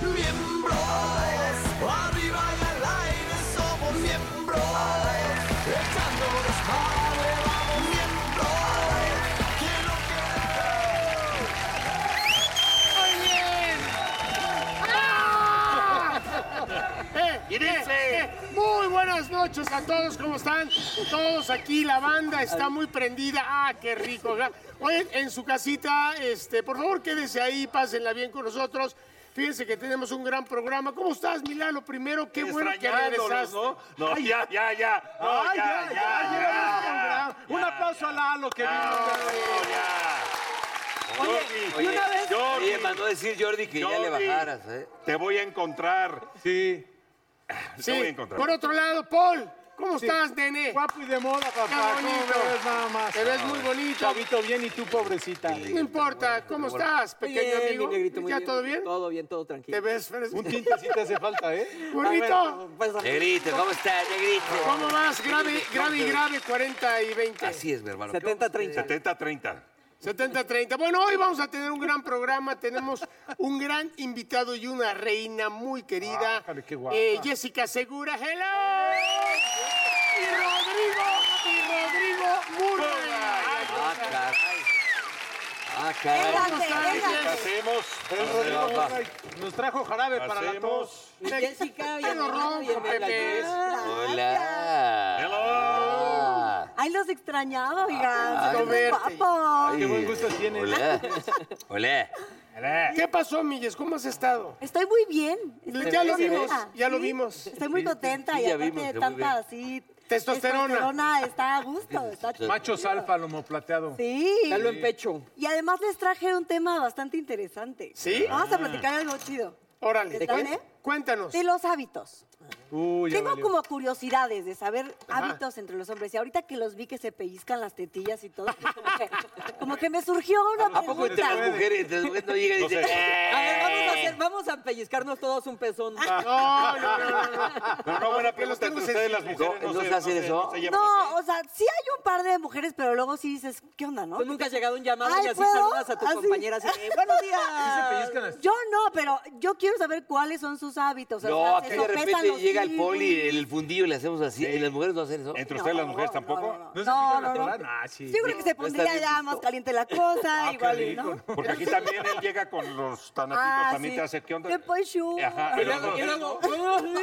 Miembros, arriba y al aire somos miembros, echando desmadre, vamos miembros, que lo Y dice, Eh, muy buenas noches a todos, ¿cómo están? Todos aquí, la banda está muy prendida. Ah, qué rico. ¿verdad? Oigan, en su casita, este, por favor, quédese ahí, pásenla bien con nosotros. Fíjense que tenemos un gran programa. ¿Cómo estás, Milano? Primero, qué bueno que Extrañándolos, regresaste. ¿no? No, ya, ya, ya. No, Ay, ya, ya, ya, ya. Un aplauso a Lalo que Jordi, Jordi, Oye, mandó a decir Jordi que ya le Jordi, bajaras, ¿eh? Te voy a encontrar. Sí. Te voy a Sí. encontrar. Por otro lado, Paul, ¿cómo estás, nene? Guapo y de moda, papá. Qué ¿Cómo bonito. me ves nada más? Te ves muy bonito. Chavito bien y tú, pobrecita. No importa, ¿cómo estás, pequeño Bien, amigo? mi negrito, muy ¿Ya bien. todo bien? Todo bien, todo ¿Te tranquilo. ves fresco? Un tinte sí te hace falta, ¿eh? Burrito, Pásame. Negrito, ¿cómo estás, negrito? ¿cómo vas? Grave, grave y grave, 40 y 20. Así es, mi hermano. 70-30. 70-30. 70-30. Bueno, hoy vamos a tener un gran programa. Tenemos un gran invitado y una reina muy querida. Ájale, qué guapa. Eh, Jessica Segura, hello. Y Rodrigo, y Rodrigo Murray. Ay, Ah, caray. Ah, ¿cómo caray. estás, ¿Qué Jess? hacemos? El Rodrigo papá. Murray nos trajo jarabe para la tos. Hacemos. Y Jessica, Te lo bienvenida, rompo, bienvenida. Pepe. Hola. Hello. Ah, Ay, los extrañaba, oigan. Ay, Son muy Ah, verte. guapos. Qué buen gusto tienes. Hola. Hola. Eh. ¿Qué pasó, Milles? ¿Cómo has estado? Estoy muy bien. Estoy Ya muy lo contenta. vimos, ya lo Sí, vimos. Estoy muy contenta sí, y ya aparte vimos, de que muy tanta así. Testosterona. Testosterona está a gusto. Está chido. Machos alfa, lomo plateado. Sí. Dalo en pecho. Y además les traje un tema bastante interesante. ¿Sí? Vamos Ah. a platicar algo chido. Órale, ¿Qué tal, cuen- eh? cuéntanos. De los hábitos. Uy, ya Tengo valió. como curiosidades de saber hábitos entre los hombres. Y ahorita que los vi que se pellizcan las tetillas y todo, como que, como que me surgió una ¿A poco entre pregunta. las mujeres, entre las mujeres no llegan y dicen... "Eh". A ver, vamos a, hacer- "Eh"? vamos a pellizcarnos todos un pezón. No, no, no, no, no. Pero no, buena pregunta. tengo entre ustedes las sensibles. mujeres no, ¿No se, se hacen eso? se llevan así. No, o sea, sí hay un par de mujeres, pero luego sí dices, ¿qué onda, no? Tú nunca has llegado a un llamado Ay, y así ¿puedo? saludas a tu Así. compañera así de, buenos días. Pellizcan las- Yo no, pero yo quiero saber cuáles son sus hábitos. o No, sea, aquí se de sopesan repente los llega el poli, kiwis. el fundillo y le hacemos así. ¿Y las mujeres no hacen eso? ¿Entre No, ustedes las mujeres tampoco? ¿No No, no, es un no. giro no, no, natural? no. Ah, sí. Yo creo que se está pondría bien ya visto. más caliente la cosa, Ah, qué igual, rico, ¿no? ¿no? Porque aquí también él llega con los tanatitos, Ah, también sí. te hace, ¿qué onda? ¿Qué pues, yo? Ajá, Y pero luego, y no, luego,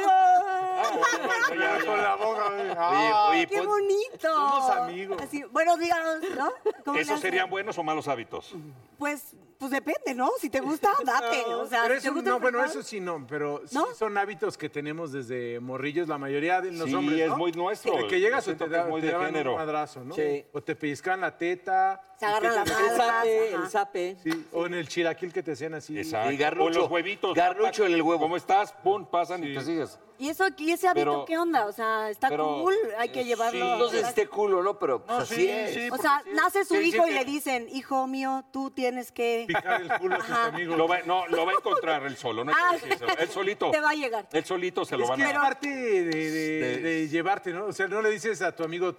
Ah, bueno, bueno, ya, ya. Con la boca, güey. Ah, Oye, oye, ¡Qué pon- bonito! Somos amigos. Así, buenos días, ¿no? ¿Cómo le ¿Esos hacen? serían buenos o malos hábitos? Pues, pues depende, ¿no? Si te gusta, date. O sea, Pero si te eso, gusta no, bueno, enfermar, eso sí no, pero sí ¿No? son hábitos que tenemos desde morrillos, la mayoría de los Sí, hombres, es ¿no? muy nuestro. De que llegas o Siento te, que es da, muy te de daban género. un madrazo, ¿no? Sí. O te pellizcan la teta. Se agarran la el madre. zape, el zape. Sí, o en el chiraquil que te hacían así. Exacto. Y garnucho. O los huevitos. Garnucho en el huevo. ¿Cómo estás? Pum, pasan y te sigues. ¿Y, eso, ¿Y ese hábito Pero- qué onda? O sea, ¿está pero- cool? Hay que llevarlo. a No sé si este, terapia. esté culo, ¿no? Pero pues, así es. O sea, nace su Sí, sí, hijo y sí. le dicen, hijo mío, tú tienes que... Picar el culo a tus Ajá. amigos. Lo va- no, lo va a encontrar él solo, no hay Ah. que decírselo. Él solito. Te va a llegar. Él solito se lo es van que es a... parte de, Este, de- de llevarte, ¿no? O sea, no le dices a tu amigo,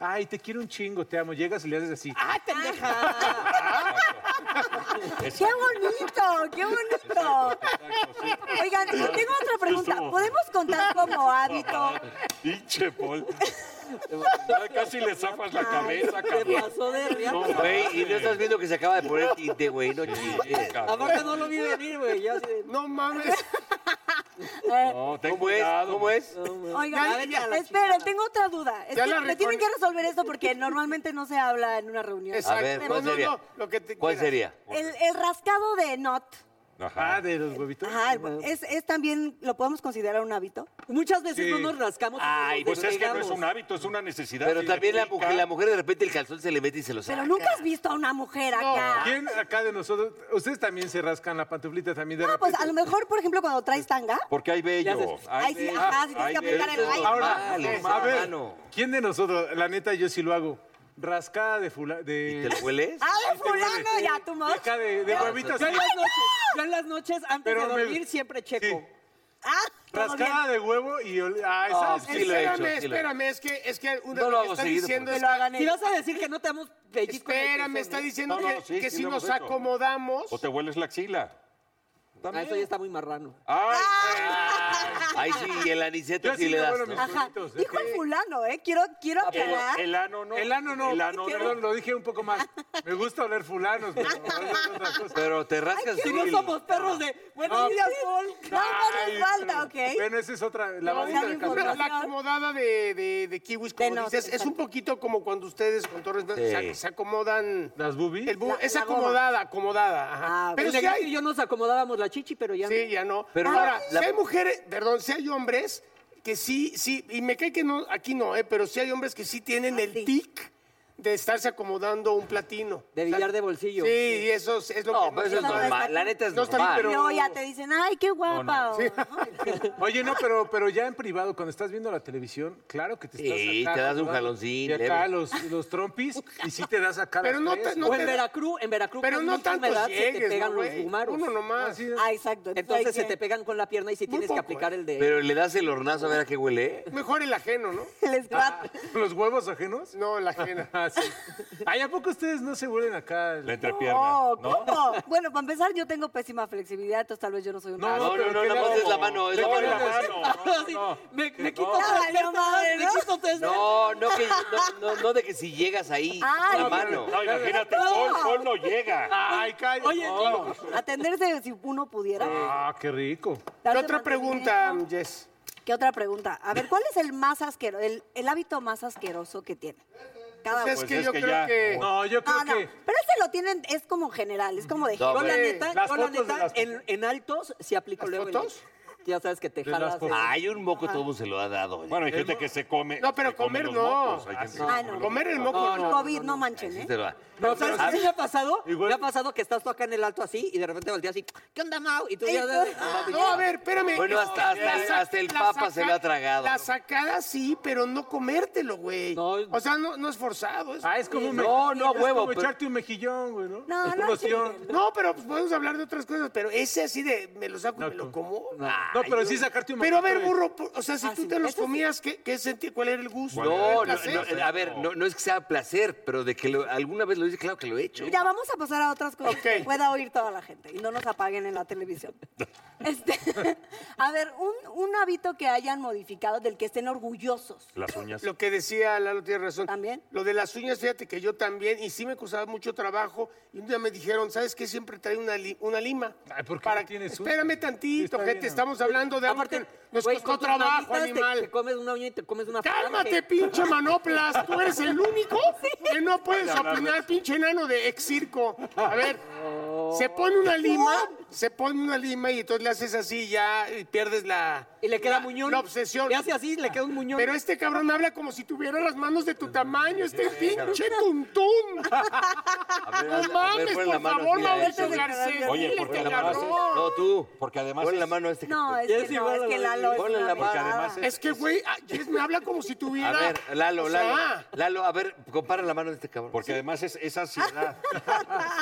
ay, te quiero un chingo, te amo. Llegas y le haces así. ¡Ah, ¡Ay, pendeja! ¡Qué bonito! ¡Qué bonito! Oigan, y tengo otra pregunta. estuvo. ¿Podemos contar como hábito? Pinche Paul. Casi le zafas la cabeza, Te cabrón. pasó de riata. No, güey, y no estás viendo que se acaba de poner tinte, güey, no chingues. Aparte no lo vi venir, güey. Yo así de, No mames. No, ten ¿Cómo es? cuidado. ah, ¿Cómo es? no, güey. Ya, eh, Oigan, eh, ya, esperen, tengo otra duda. Es Ya que la me tienen recone- que resolver esto porque normalmente no se habla en una reunión. Exacto. A ver, pues, ¿cuál no, no, sería? no, lo que te ¿Cuál quieras. sería? El, el rascado de Not. Ajá. Ah, de los huevitos. Ajá, es, es también, ¿lo podemos considerar un hábito? Muchas veces Sí. no nos rascamos. y Ay, nos Pues es que no es despegamos. un hábito, es una necesidad. Pero Si también le la mujer, pica- la mujer de repente el calzón se le mete y se lo saca. Pero nunca has visto a una mujer acá. ¿Quién acá de nosotros? Ustedes también se rascan la pantuflita también de No, pues repente. pues, a lo mejor, por ejemplo, cuando traes tanga. Porque hay bello. haces- hay Ahí sí, bello, ajá, sí tienes hay que aplicar el bello. ay. Ahora, Vale, a ver, mano. ¿quién de nosotros? La neta, yo sí lo hago. Rascada de fula... De... ¿Te lo hueles? ¡Ah, de te huele. fulano! Ya, tú De acá de, de huevitos. Yo en sí. las noches, yo en las noches antes Pero de me- dormir siempre checo. Sí. ¡Ah! todo Rascada de huevo y... ol- Ah, Oh, Ah, ¿sabes sí qué? lo he hecho, Espérame, sí lo he hecho. espérame, es que, es que una No lo lo que hago está seguido, diciendo pero- es bien. Lo hagan Si ellos. vas a decir que no te damos pellizco en el Espérame, pezón, está ¿eh? diciendo No, no, que, sí, que sí si lo nos hemos hecho. acomodamos. O te hueles la axila. Ah, eso ya está muy marrano. Ay, Ah, Ahí sí, y el aniceto Yo sí sí le me das. huelo mis ¿no? Ajá. huevitos. Dijo Sí. el fulano, ¿eh? Quiero, quiero aclarar. el ano no. Ah, El ano no. El ano no. Perdón, lo dije un poco más. Me gusta oler fulanos. pero oler otras cosas. Ah. Pero te rascas Si tú no el- somos perros de buenos No. días, Paul. No, no Ay, les falta, pero- ¿ok? Bueno, esa es otra. La No, Vamos a babita dar de pero cabrón. información. la acomodada de, de- de kiwis, como De no, dices, es exacto. un poquito como cuando ustedes con Torres se, se acomodan. Las boobies. El bu- La- es la goma. acomodada, acomodada. ajá. Ah, pero El si negrito y hay. yo nos acomodábamos la chichi, pero ya Sí, ya no. Pero Pero ahora, la- si hay mujeres, perdón, si hay hombres que sí, sí, y me cae que no, aquí no, eh, pero si hay hombres que sí tienen el sí. tic de estarse acomodando un platino. De O sea, billar de bolsillo. Sí, y eso es, es lo No, que. pero eso es No, está normal. La neta es No está normal. bien, Y pero- luego ya te dicen, ¡ay, qué guapa! o- Oye, no, pero, pero ya en privado, cuando estás viendo la televisión, claro que te estás Sí, acá te das un acomodando. jaloncín, Y acá leve. los, los trompis, y sí te das acá Pero las no te- tres. no o te- en Veracruz, en Veracruz, Pero con no mucha tanto humedad, se te llegues, pegan ¿no, los güey? gumaros. Uno nomás. Así, Ah, exacto. Entonces se hay te pegan con la pierna y si tienes poco, que aplicar ¿eh? el de. Pero le das el hornazo a ver a qué huele. Mejor el ajeno, ¿no? Ah. que- Les va- ¿Los huevos ajenos? No, el ajeno. Ah, sí. Ay, ¿a poco ustedes no se vuelven acá? La No, entrepierna. ¿No? ¿cómo? Bueno, para empezar, yo tengo pésima flexibilidad, entonces tal vez yo no soy una... No, no, pero no, nada ¿qué le más es hago? la mano, es ¿Le la hago mano. Así, me, me quito Ya tres valió veces más, madre, me ¿no? quito tres veces. No, no, que, no, no, no de que si llegas ahí, Ay, la no, mano. No, imagínate, Paul, Paul no llega. Ay, cállate. Oye, No. Atenderse si uno pudiera. Ah, qué rico. ¿Qué Darse otra pregunta, mantenimiento. Jess? ¿Qué otra pregunta? A ver, ¿cuál es el más asqueroso, el, el hábito más asqueroso que tienen? Cada Pues uno. es que es yo que creo ya- que. No, yo creo Ah, No, no, que... pero ese lo tienen, es como general, es como de... No, Yo la hombre. neta, Las yo la fotos de neta, las- en, en altos sí aplico ¿Las luego el- fotos? Ya sabes que te De las jalas. fotos. el- Ay, un moco todo el mundo se lo ha dado. oye. Bueno, hay gente que se come. No, pero se come comer los no. mocos, hay gente que Ah, se no. come Comer el moco. Con no. COVID, no, manchen, Sí ¿eh? te lo da. No, ¿sabes qué me ha pasado? Igual- Me ha pasado que estás tú acá en el alto así y de repente volteas así, ¿qué onda, Mau? Y tú ya... Ah. No, a ver, espérame. Bueno, hasta- hasta- La sa- hasta el la papa se lo ha tragado. La sacada sí, pero no comértelo, güey. No. O sea, no, no es forzado. es- Ah, es como... un me- No, no, es huevo, como pero- echarte un mejillón, güey, ¿no? No, Es no, como sí, si yo- No, pero pues, podemos hablar de otras cosas, pero ese así de me lo saco y No, me lo no. como. No, pero sí sacarte un Pero a mojito ver, de- burro, por- o sea, si Ah, tú sí, te los eso sí. comías, ¿qué, qué sentí? ¿Cuál era el gusto? No, no, ¿El placer? no, a ver, no, no es que sea placer, pero de que lo- alguna vez lo hice, claro que lo he hecho. eh, Ya vamos a pasar a otras cosas que Ok. pueda oír toda la gente y no nos apaguen en la televisión. Este, a ver, un, un hábito que hayan modificado del que estén orgullosos. Las uñas. Lo que decía Lalo tiene razón. ¿También? Lo de las uñas, fíjate que yo también, y sí me costaba mucho trabajo, y un día me dijeron, ¿sabes qué? Siempre trae una, li- una lima. Ay, ¿por qué no tienes uñas? Espérame tantito, Está gente, bien, estamos hablando de algo que nos güey, costó con tus trabajo, manitas te- animal. Te, comes una uña y te comes una ¡Cálmate, falange. pinche manoplas! Tú eres el único que no puedes opinar, pinche enano de ex circo. A ver, se pone una lima, se pone una lima y entonces le haces así y ya y pierdes la... Y le queda muñón. La obsesión. Le hace así, le queda un muñón. Pero este cabrón habla como si tuviera las manos de tu tamaño, este pinche tuntún. A ver, a- a No ver, mames, ponle la por mano favor, así a Mauricio este. Garcés. Oye, dile porque este además cabrón. es- No, tú. Porque además Ponle es- la mano a este. No, es Ya que sí, no, es bárbala, que Lalo es ponle una la mano, que mirada. además Es que, güey, ah, Jess me habla como si tuviera... A ver, Lalo, o Lalo. sea, Lalo, a ver, compara la mano de este cabrón. Porque además es, es ansiedad.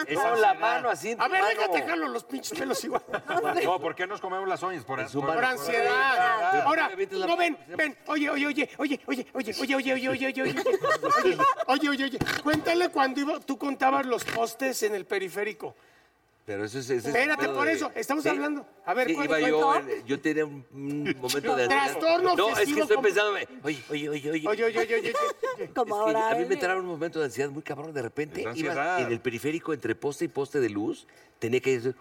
Es No, la ansiedad. mano así. en A tu ver, mano. déjate, jalo los pinches pelos igual. No, ¿por qué nos comemos las uñas? Por, su por- Por mano. ansiedad. Ah, Ahora, vete la- no ven, ven. Oye, oye, oye, oye, oye, oye, oye, oye, oye, oye, oye, oye, oye, oye, oye, oye. Cuéntale cuando iba, tú contabas los postes en el periférico. Pero eso es. ese es un Espérate, pedo por de- eso, estamos Sí, hablando. A ver, sí, ¿cuál- iba cuál- yo, cuál- eh, yo tenía un, un momento de. No, Trastorno es que obsesivo estoy compul- pensando. Oye, oye, oye, oye. Oye, oye, oye, oye, oye. Como Es que ahora. a mí él- me entraba un momento de ansiedad muy cabrón. De repente Es iba ansiedad. en el periférico entre poste y poste de luz, tenía que ir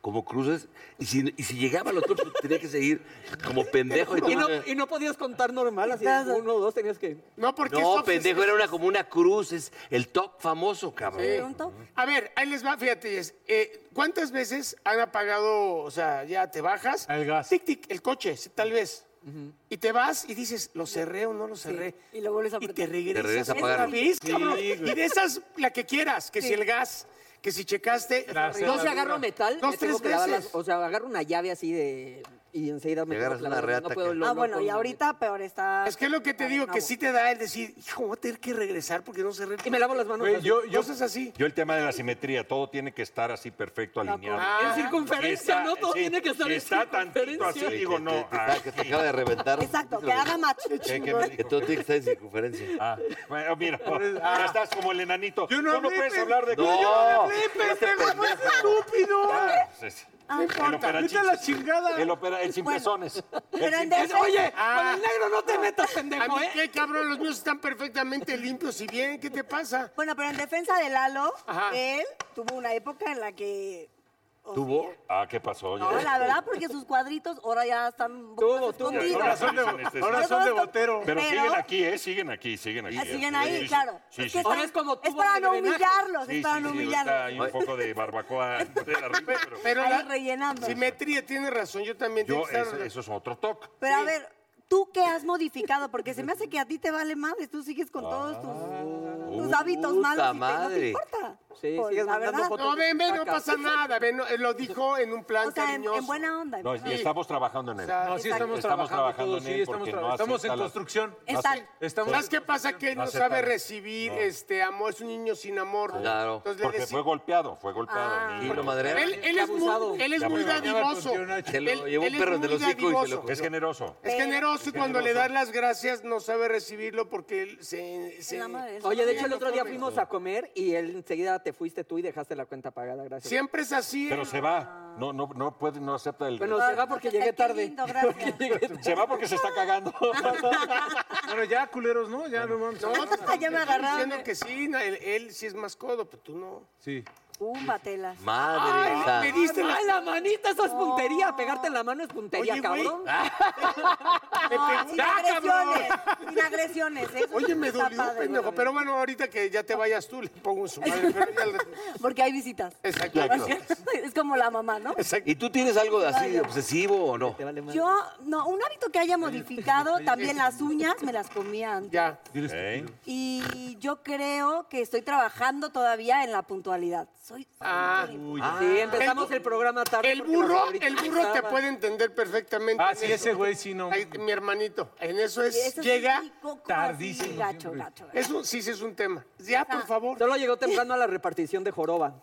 como cruces, y si, y si llegaba al otro, pues, tenía que seguir como pendejo. Y todo. Y no, y no podías contar normal, así Nada. uno o dos tenías que... No, porque es no, obsesivo. pendejo, era una, como una cruz, es el top famoso, cabrón. Pronto. A ver, ahí les va, fíjate, es, eh, ¿cuántas veces han apagado, o sea, ya te bajas? El gas. Tic, tic, el coche, sí, tal vez. Y te vas y dices, ¿lo cerré o no lo cerré? Y lo vuelves a Y apretar. te regresas. Te regresas a otra apagar. vez, cabrón. Sí, güey. y de esas, la que quieras, que si el gas, que si checaste. La No, si cerradura. agarro agarro metal, Dos, me tengo tres que lavar las- veces. o sea, agarro una llave así de... Y enseguida me Te tengo agarras que lavar una las manos, reata, no puedo, cabrón. lo- Ah, no bueno, puedo- y ahorita peor está. Es que es lo que te Ah, Ay, digo, no, que bueno. sí te da el decir, hijo, voy a tener que regresar porque no cerré. Y me lavo las manos Güey, así. yo, yo, Cosas así. Yo el tema de la simetría, todo tiene que estar así perfecto, alineado. Ah, en circunferencia, está- ¿no? Todo sí, tiene que estar si en está tantito así, circunferencia. Que- digo, que- no. Que, está- que te acaba de reventar. Exacto, que haga match. ¿Qué- qué me Que dijo? todo tiene que estar en circunferencia. ah, Ah, bueno, mira, ya estás como el enanito. Yo no Tú no hablé, puedes pero- hablar de... No, pero pendejo, no es estúpido. Es- es- Ah, el opera Vete a la chingada. El, opera, el sin Bueno. pezones. Pero en defensa- Oye, Ah. con el negro no te metas, A mí pendejo, ¿eh? qué, cabrón, los míos están perfectamente limpios y bien, ¿qué te pasa? Bueno, pero en defensa de Lalo, eh, Ajá. él tuvo una época en la que. o ¿Tuvo? Ah, ¿qué pasó? sea, No, la verdad, porque sus cuadritos ahora ya están un poco más Tuvo, tuvo. escondidos. Ahora son de- ahora son de botero. Pero, Pero- siguen aquí, ¿eh? Siguen aquí, siguen aquí. Ah, ¿eh? siguen Sí, ahí, sí, claro. Sí, es sí. que están- Ahora es como es tubos para de no drenaje. humillarlos, Sí, es para sí, no sí, humillarlos. ahorita Hay un poco de barbacoa antes de la rifa, pero... Pero Ahí la rellenando. simetría tiene razón, yo también tengo Yo, que estar- eso, eso es otro toque. Pero a ver, ¿tú qué has modificado? Porque se me hace que a ti te vale madres, tú sigues con todos Ah. tus, tus hábitos puta malos y te- madre. no te importa. Sí, Pues, sigues la mandando verdad. fotos. No, ven, ven, no Saca. pasa nada. Ven, no, eh, lo dijo en un plan O sea, en, cariñoso. en buena onda. en No, buena y estamos trabajando en O él. sea, No, sí estamos, Estamos trabajando, trabajando todos, en él sí, estamos, porque tra- no estamos acepta en las- construcción. Exacto. Estamos ¿Sabes qué pasa? Que él no No sabe aceptan. recibir No. este amor, es un niño sin amor. Claro. Entonces, le Porque decí- fue golpeado, fue golpeado. Ah. Sí, lo madrearon. él, él es Abusado. muy, él es Ya muy me lo dadivoso. llevaba con Se lo Él- llevó él un es perro del hocico muy y se lo dadivoso. cogió. Es generoso. Es generoso y cuando le das las gracias no sabe recibirlo porque él se... se- En la madre. Oye, de hecho, el otro día fuimos a comer y él enseguida te fuiste tú y dejaste la cuenta pagada, gracias. Siempre es así. ¿eh? Pero se va. No, no, no puede, no acepta el. Bueno, se va porque Ay, llegué qué tarde. lindo, gracias. Porque llegué tarde. se va porque se está cagando. Bueno, ya, culeros, ¿no? Ya no vamos. No, te estoy Ya me agarraron. eh. diciendo que sí, na- él, él sí es más codo, pero tú no. Sí. Púmbatela. Madre santa. me diste la- Ay, la manita, eso es puntería. Pegarte en la mano es puntería, Oye, güey. cabrón. No, sin ¡Ah, agresiones. Sin agresiones. ¿eh? eso Oye, me está dolió, padre. pendejo. Pero bueno, ahorita que ya te vayas tú, le pongo en su madre. pero ya le- Porque hay visitas. Exacto. es como la mamá, ¿no? ¿Y tú tienes algo de así de obsesivo o no? vale madre. Yo, no, un hábito que haya modificado, también las uñas me las comía antes. Ya. Ok. Y yo creo que estoy trabajando todavía en la puntualidad. Soy. Ah, Sí, empezamos el, programa tarde. el porque nos burro, ahorita el burro te estaba. puede entender perfectamente. Ah, en sí, eso. ese güey sí no. Ay, mi hermanito, en eso es, y eso sí, llega, coco así, tardísimo Gacho, siempre. gacho, gacho. eso sí, sí es un tema. Ya, por favor, Solo llegó temprano a la repartición de joroba.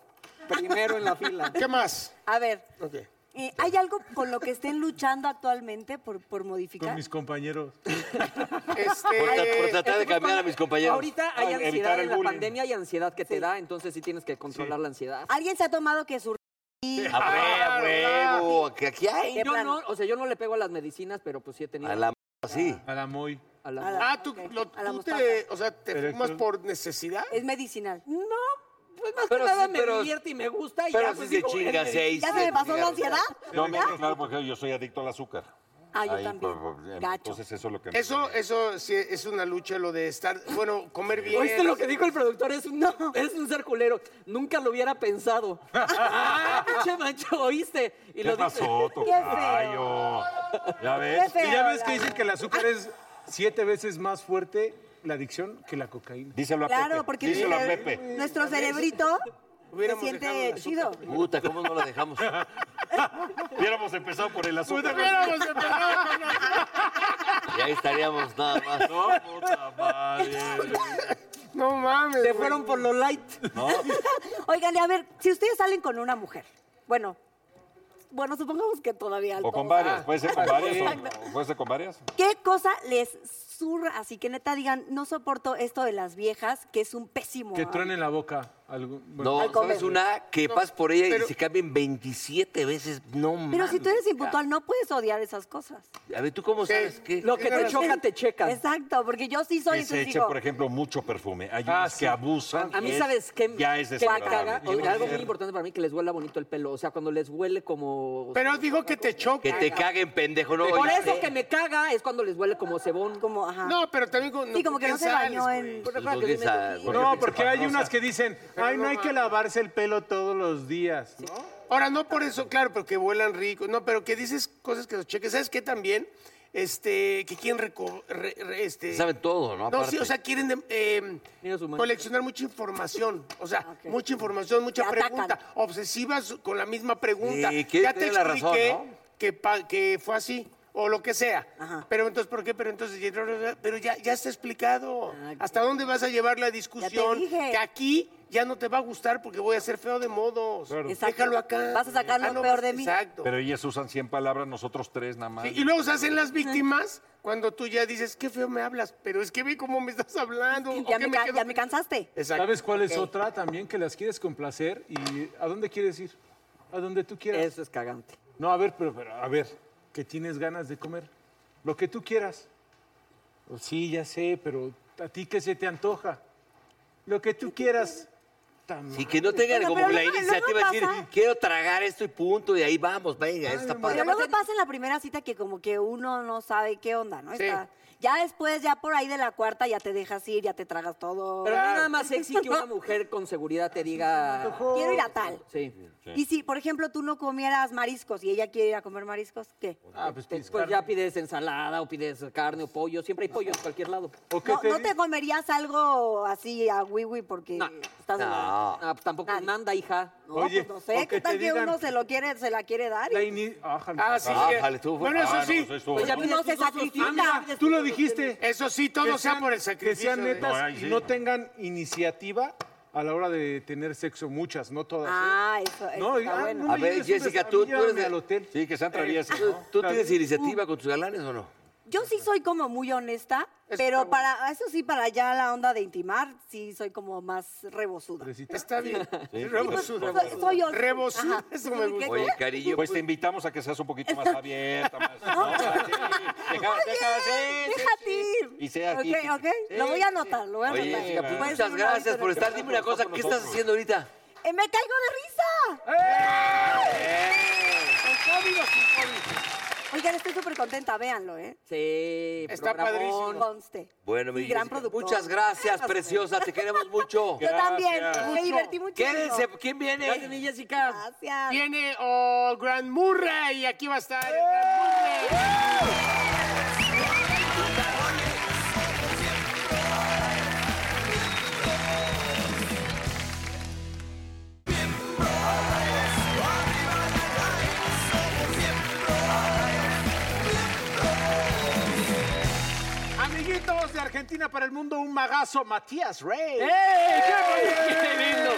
Primero en la fila. ¿qué más? A ver, Ok. eh, ¿hay algo con lo que estén luchando actualmente por, por Con modificar? mis compañeros. Por, tra- por Este, tratar de cambiar a mis compañeros. Ahorita hay Ah, evitar ansiedad el en la bullying. pandemia y ansiedad que te da, entonces sí tienes que controlar la ansiedad. Ah, ¿Alguien se ha tomado que su... A ver, a huevo, que aquí hay. de Yo plano. no, o sea, yo no le pego a las medicinas, pero pues sí he tenido A la m- así. A la Moy. a la- a la- ah, tú, ok, lo- a la tú mostaza. te, o sea, te Pero fumas tú- por necesidad. Es medicinal. Ah, No, pues más Pero que nada sí, me pero- divierte y me gusta y ya Pero si pues se digo, chinga eh, seis. ¿Ya se me siete pasó la cigarros. ansiedad? No, me- claro, porque yo soy adicto al azúcar. Ah, yo Ahí, también. pues, pues, Gacho. Entonces eso es lo que... me- Eso, eso sí es una lucha, lo de estar, bueno, comer bien. ¿Oíste Pues lo que dijo el productor? Es un, es un ser culero. Nunca lo hubiera pensado. ¡Ah, pinche mancho! ¿Oíste? Y ¿Qué lo dice. pasó, tocayo? ¿Ya ves? Qué feo, Y ya ves que la Ah. dicen que el azúcar es siete veces más fuerte la adicción que la cocaína. Díselo a Claro, Pepe. porque Díselo a nuestro- Pepe. nuestro cerebrito se Hubiéramos dejado el siente azúcar chido. Puta, ¿cómo no la dejamos? eh, Hubiéramos empezado por el azúcar. Hubiéramos empezado con la- Ya estaríamos nada más. No, pues, puta madre. No mames. Se güey. fueron por lo light. Oigan, y a ver, si ustedes salen con una mujer, bueno, bueno, supongamos que todavía... O con todos- Ah. varias, puede ser con varias. Ah, Exacto. o- o Puede ser con varias. ¿Qué cosa les zurra? Así que neta digan, no soporto esto de las viejas, que es un pésimo. Que hábito. truene en la boca. No, ¿sabes una? Que pas por ella y se cambien 27 veces. No Pero si mames. tú eres impuntual, no puedes odiar esas cosas. A ver, ¿tú cómo sabes qué? Lo que te choca, te checa. Exacto, porque yo sí soy Que su se echa, por hijo. ejemplo, mucho perfume. Hay Ah, unos sí. que abusan. A y mí, es- ¿sabes qué? Ya es Qué desagradable. caga? Y uno algo muy dice, importante para mí que les huela bonito el pelo. O sea, cuando les huele como. Pero digo que te choca. Que te caguen, pendejo. No, Por oye, eso sí. que me caga es cuando les huele como cebón. Como, ajá. Ah. No, pero también con. Sí, como que no se bañó en- Por Pues que sí me esa- toqué. No, porque hay Rosa. unas que dicen, ay, no hay que lavarse el pelo todos los días, ¿no? Ahora, no por eso, claro, porque vuelan ricos. No, pero que dices cosas que los cheques. ¿Sabes qué también? Este, que quieren reco- re- re- este, Saben todo, ¿no? No, sí, Aparte. o sea, quieren de- eh, Mira su mano. coleccionar mucha información. O sea, mucha información, mucha Ah, Te atacan. pregunta. Obsesivas con la misma pregunta. Sí, quiere ya te tener la razón, expliqué ¿no? que, pa- que fue así. O lo que sea. Pero entonces, ¿por qué? Pero entonces, y- pero ya, ya está explicado. Ah, ¿Hasta dónde vas a llevar la discusión? dije. Que aquí ya no te va a gustar porque voy a ser feo de modos. Exacto. Déjalo acá. Ah, Vas a sacar lo peor de mí. Exacto. Pero ellas usan 100 palabras, nosotros tres nada más. Sí, y luego se hacen las víctimas cuando tú ya dices, qué feo me hablas, pero es que ve cómo me estás hablando. ¿o Ya qué me, ca- quedo ya me pensando?". cansaste. Exacto. ¿Sabes cuál es otra también que las quieres complacer y a dónde quieres ir? A donde tú quieras. Eso es cagante. No, a ver, pero, pero, a ver, que tienes ganas de comer. Lo que tú quieras. "Oh, Sí, ya sé, pero a ti qué se te antoja. Lo que tú quieras. Sí, que no tengan Bueno, como pero la luego- iniciativa de luego decir, pasa. quiero tragar esto y punto, y ahí vamos, venga, esta Pero parte. luego pasa en la primera cita que como que uno no sabe qué onda, ¿no? Sí. Está- ya después, ya por ahí de la cuarta, ya te dejas ir, ya te tragas todo. Pero no es nada más sexy que una mujer con seguridad te diga. Quiero ir a tal. Sí. Y si, por ejemplo, tú no comieras mariscos y ella quiere ir a comer mariscos, ¿qué? Ah, pues, Te- Pues ya pides ensalada o pides carne o pollo. Siempre hay pollo en cualquier lado. ¿O qué No, te no di- te comerías algo así a wiwi porque No. estás... No. Ah, pues tampoco Nadie. manda, hija. No, Oye, pues no o sé, que ¿qué tal te que digan- uno se lo quiere, se la quiere dar? y- La ini- Ájale. Ah, sí. Ah, sí. jale, tú, bueno, ah, eso no, sí. eso estuvo Pues ya bueno. pides uno se tus dos sacrifica. opciones. Ah, mira, Tú lo dijiste. Eso sí, todo Que sea sean- por el sacrificio. Que sean de- netas No, ay, sí. y no tengan iniciativa a la hora de tener sexo, muchas, no todas. ¿eh? Ah, eso, eso No, está ah, bueno. no A me ver, lleves un Jessica, beso, tú, a mí tú eres llévame de- al hotel. Sí, que sean traviesas, ¿no? ¿Tú Claro. tienes iniciativa con tus galanes o no? Yo sí soy como muy honesta, pero para eso sí, para ya la onda de intimar, sí soy como más rebosuda. Pobrecita. Está bien. Rebosuda. Soy, soy old school. Rebosuda, Ajá. eso me gusta. ¿Qué? Oye, cariño, Pues pues, te invitamos a que seas un poquito más abierta, más. ¿no? Sí, deja- deja- sí, sí, Déjate sí. ir. Y sea aquí. Ok, ok. Sí, lo voy a anotar, lo voy a oye, anotar. Jessica, pues, Puede ser muchas una gracias por historia. estar. Dime pues, una cosa, ¿qué estás haciendo ahorita? Eh, me caigo de risa. ¡Eh! Oigan, estoy súper contenta, véanlo, ¿eh? Sí, Está programón. Conste. Bueno, mi Sí, gran Jessica, productor. muchas gracias, preciosa, te queremos mucho. Yo también, me divertí mucho. Quédense, ¿quién Gracias, mi viene? Jessica. Gracias. Viene oh, Grand Murray, aquí va a estar. el Grand Murray. Amiguitos de Argentina para el mundo, un magazo, Matías Rey. ¡Eh! ¡Qué bonito! ¡Qué lindo!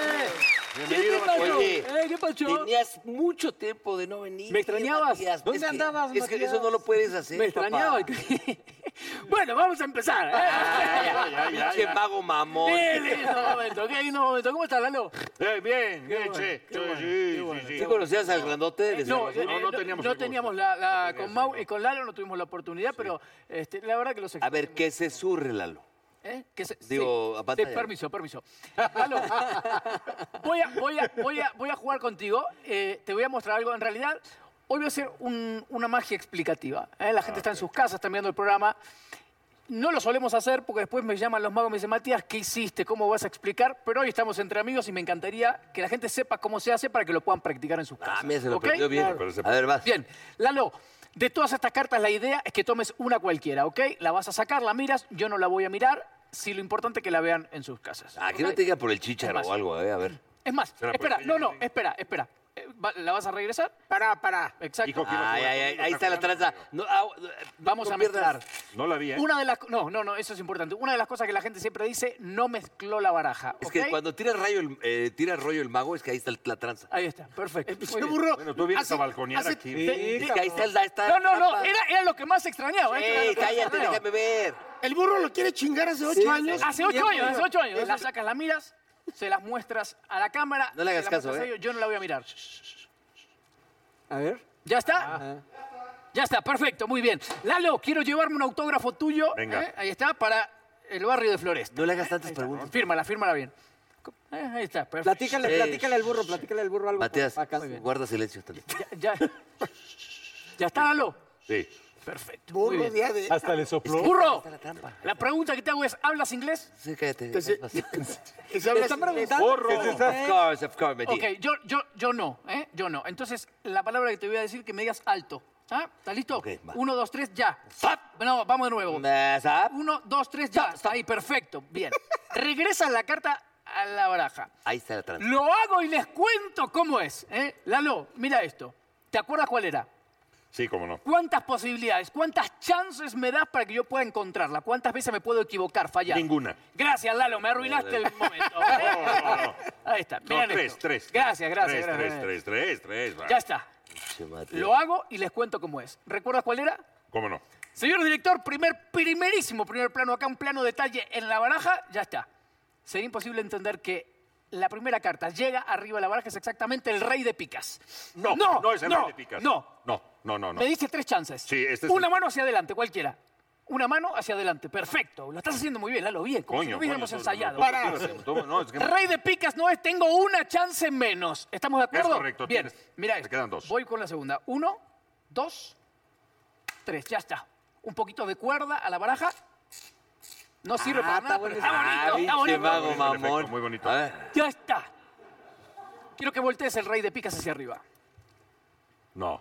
Bienvenido, ¿Qué pasó? oye. Eh, ¿Qué pasó? Tenías mucho tiempo de no venir. ¿Me extrañabas? Matías, ¿Dónde es que- andabas, Es que Matías? eso no lo puedes hacer. Me extrañaba. papá. Ah, bueno, vamos a empezar. Ay, ay, ay, Pinche mago mamón. Eh, lindo momento, qué lindo momento. ¿Cómo estás, Lalo? Eh, bien, bien, che. Sí, sí, sí, ¿Sí conocías al grandote? del No, Veracruz? eh, no teníamos el gusto. la, la- con Mau y con Lalo no tuvimos la oportunidad, pero este, la verdad que los A ver, ¿qué se surre, Lalo? ¿Eh? Que se- Digo, sí, a pantalla. sí, permiso, permiso. Lalo, voy, a, voy, a, voy, a, voy a jugar contigo. eh, te voy a mostrar algo. En realidad, hoy voy a hacer un- una magia explicativa. ¿eh? La Ah, gente está en sus casas, está mirando el programa. No lo solemos hacer porque después me llaman los magos y me dicen, Matías, ¿qué hiciste? ¿Cómo vas a explicar? Pero hoy estamos entre amigos y me encantaría que la gente sepa cómo se hace para que lo puedan practicar en sus casas. Ah, mira, se lo ¿ok? perdió bien. A ver, vas. Bien, Lalo, de todas estas cartas la idea es que tomes una cualquiera, ¿ok? La vas a sacar, la miras, yo no la voy a mirar, si lo importante es que la vean en sus casas. Ah, que ¿ok? no te diga por el chícharo Es o más. algo, eh, a ver. Es más, Será espera, porque no, yo no, tengo- espera, espera. Eh, va- ¿La vas a regresar? Pará, pará. Exacto. Dijo que- Ay, ay, ay, ahí está la tranza. No, ah, no, Vamos no a pierdas. mezclar. No la vi, ¿eh? Una de las... co- No, no, no, eso es importante. Una de las cosas que la gente siempre dice, no mezcló la baraja, Es que ¿ok? cuando tiras rayo el, eh, tira rollo el mago, es que ahí está la tranza. Ahí está, perfecto. muy Qué bien. burro. Bueno, tú vienes Hace- a balconear hace- aquí. te- Es que ahí está, el- ahí está No, no, no, tapa. era, era lo que más extrañaba. esto era Ey, lo que más cállate, extrañaba. déjame ver. El burro lo quiere chingar hace ocho años. Hace ocho años, hace ocho años. La sacas, la miras, se las muestras a la cámara. No le se hagas las caso, muestras a ¿eh? ellos, Yo no la voy a mirar. A ver. ¿Ya está? Ya está, perfecto, muy bien. Lalo, quiero llevarme un autógrafo tuyo. Venga. ¿eh? Ahí está, para el barrio de Floresta. No le hagas tantas preguntas. Fírmala, fírmala bien. Eh, ahí está, perfecto. Platícale, platícale al burro, platícale al burro algo. Mateas, por acá. guarda silencio. Tania. Ya, ya está, Lalo. Sí. Perfecto. Burro, muy bien. día de- Hasta le sopló. Es que- ¡Burro! La pregunta que te hago es, ¿hablas inglés? Sí, cállate. Te se- vas, vas. te se hablas Te están inglés. preguntando. Burro. ¿Eh? Of course, of course, me Ok, dije. yo, yo, yo no, ¿eh? Yo no. Entonces, la palabra que te voy a decir que me digas alto. ¿Ah? ¿Está listo? va. Uno, dos, tres, ya. No, vamos de nuevo. Uno, dos, tres, ya. Está ahí, perfecto. Bien. Regresa la carta a la baraja. Ahí está la trampa. Lo hago y les cuento cómo es. ¿eh? Lalo, mira esto. ¿Te acuerdas cuál era? Sí, cómo no. ¿Cuántas posibilidades, cuántas chances me das para que yo pueda encontrarla? ¿Cuántas veces me puedo equivocar, fallar? Ninguna. Gracias, Lalo, me arruinaste el momento. Ahí está, No, miren tres, esto. tres. Gracias, gracias, Tres, gracias. tres, tres, tres, tres. Ya está. Pinche Mateas. Lo hago y les cuento cómo es. ¿Recuerdas cuál era? ¿Cómo no? Señor director, primer, primerísimo primer plano acá, un plano detalle en la baraja, ya está. Sería imposible entender que la primera carta llega arriba de la baraja, es exactamente el rey de picas. No, no, no es el no, rey de picas. No, No, no, no, no. me diste tres chances. Sí, este es Una el- mano hacia adelante, cualquiera. Una mano hacia adelante, perfecto. Lo estás haciendo muy bien, Lalo, bien. Como si Coño, lo hubiéramos coño, ensayado. no, no, no, no, no, no, es que- Rey de picas no es, tengo una chance menos. ¿Estamos de acuerdo? Es correcto, Bien, tienes- mira te esto. quedan dos. Voy con la segunda. Uno, dos, tres, ya está. Un poquito de cuerda a la baraja. No sirve Ah, para está nada, pero está Ah, bonito, está pinche bonito. mago mamón. Muy bonito. Ya está. Quiero que voltees el rey de picas hacia arriba. No.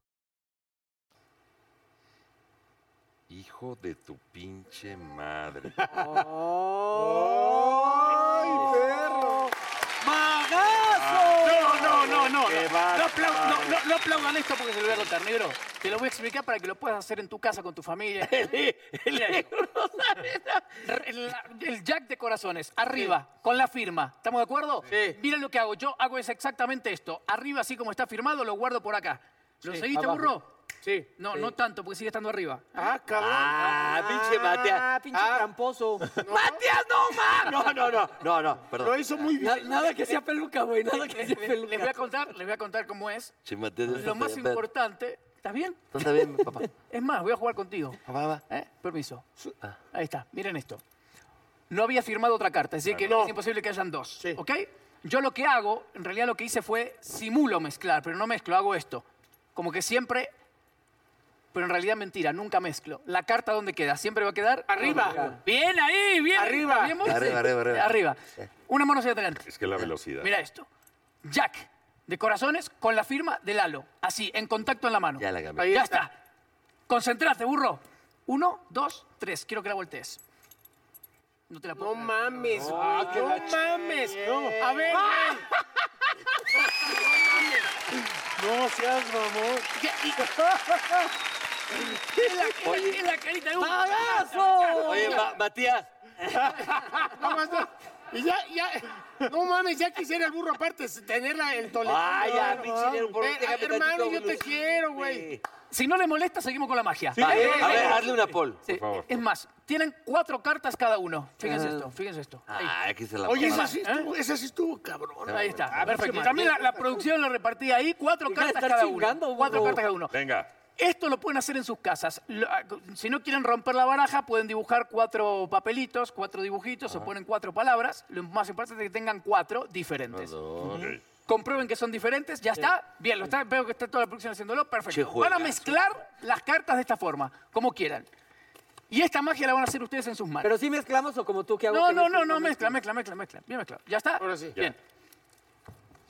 Hijo de tu pinche madre. ¡Magazo! No, no, no, no. Ah, Qué No, no, aplau- no, no, no aplaudan esto porque se lo voy a contar, negro. Te lo voy a explicar para que lo puedas hacer en tu casa con tu familia. Mira esto. el, el jack de corazones, arriba, con la firma. ¿Estamos de acuerdo? Sí. Mira lo que hago. Yo hago es exactamente esto. Arriba, así como está firmado, lo guardo por acá. ¿Lo Sí, seguiste, abajo. burro? Sí. No, Sí. no tanto, porque sigue estando arriba. Ah, cabrón. Ah, pinche Mateas. Ah, pinche tramposo. ¡Mateas, no Ah, mames! No, no, no, no, no, perdón. Na- nada que sea peluca, güey. Nada que sea Les- peluca. Les voy a contar, les voy a contar cómo es. Che, Mateas, no Lo está más bien, pero- importante. ¿Estás bien? No está bien, papá. Es más, voy a jugar contigo. ¿Eh? Permiso. Ah. Ahí está, miren esto. No había firmado otra carta, así que Claro. es imposible que hayan dos. ¿Ok? Yo lo que hago, en realidad lo que hice fue simulo mezclar, pero no mezclo, hago esto. Como que siempre pero en realidad mentira, nunca mezclo. ¿La carta dónde queda? ¿Siempre va a quedar? Arriba. Bien ahí, bien. Arriba. Bien, Monse. Arriba, arriba, arriba. Arriba. Una mano hacia adelante. Es que la velocidad. Mira esto. Jack, de corazones, con la firma de Lalo. Así, en contacto en la mano. Ya la cambié. ya está. Concentrate, burro. Uno, dos, tres. Quiero que la voltees. No te la puedo. No mames, Ah, güey, que no la ch- mames. No. A ver, Ah. No seas mamón. Oye. la carita de un- ¡Pagazo! Oye, Ma- Matías. No, más no. Y ya, ya, no mames, ya quisiera el burro aparte tener la- el toletón. Ah, Ay, ya, No, pinche no. el burro, Eh, déjame hermano, tantito yo te evolucionar. quiero, güey. Si no le molesta, seguimos con la magia. Va, a ver, hazle una pol, por favor. Es más, tienen cuatro cartas cada uno. Fíjense Ah. esto, fíjense esto. Ah, aquí se la Oye, mamaron. esa sí, estuvo, esa sí estuvo cabrón. Ahí está, Ah, perfecto. pinche También la, madre. la producción lo repartía ahí, cuatro Deja de cartas estar cada chingando, uno. burro. Cuatro cartas cada uno. Venga. Esto lo pueden hacer en sus casas. Lo- ah, Si no quieren romper la baraja, pueden dibujar cuatro papelitos, cuatro dibujitos, o ponen cuatro palabras. Lo más importante es que tengan cuatro diferentes. Ok. Comprueben que son diferentes, ya está. Bien, lo está, veo que está toda la producción haciéndolo, Che, perfecto. juegazo. Van a mezclar las cartas de esta forma, como quieran. Y esta magia la van a hacer ustedes en sus manos. Pero si mezclamos o como tú que hago. No, que no, no, mezclo, no, mezcla, mezcla, mezcla, mezcla. Bien mezclado. ¿Ya está? Ahora sí. Bien.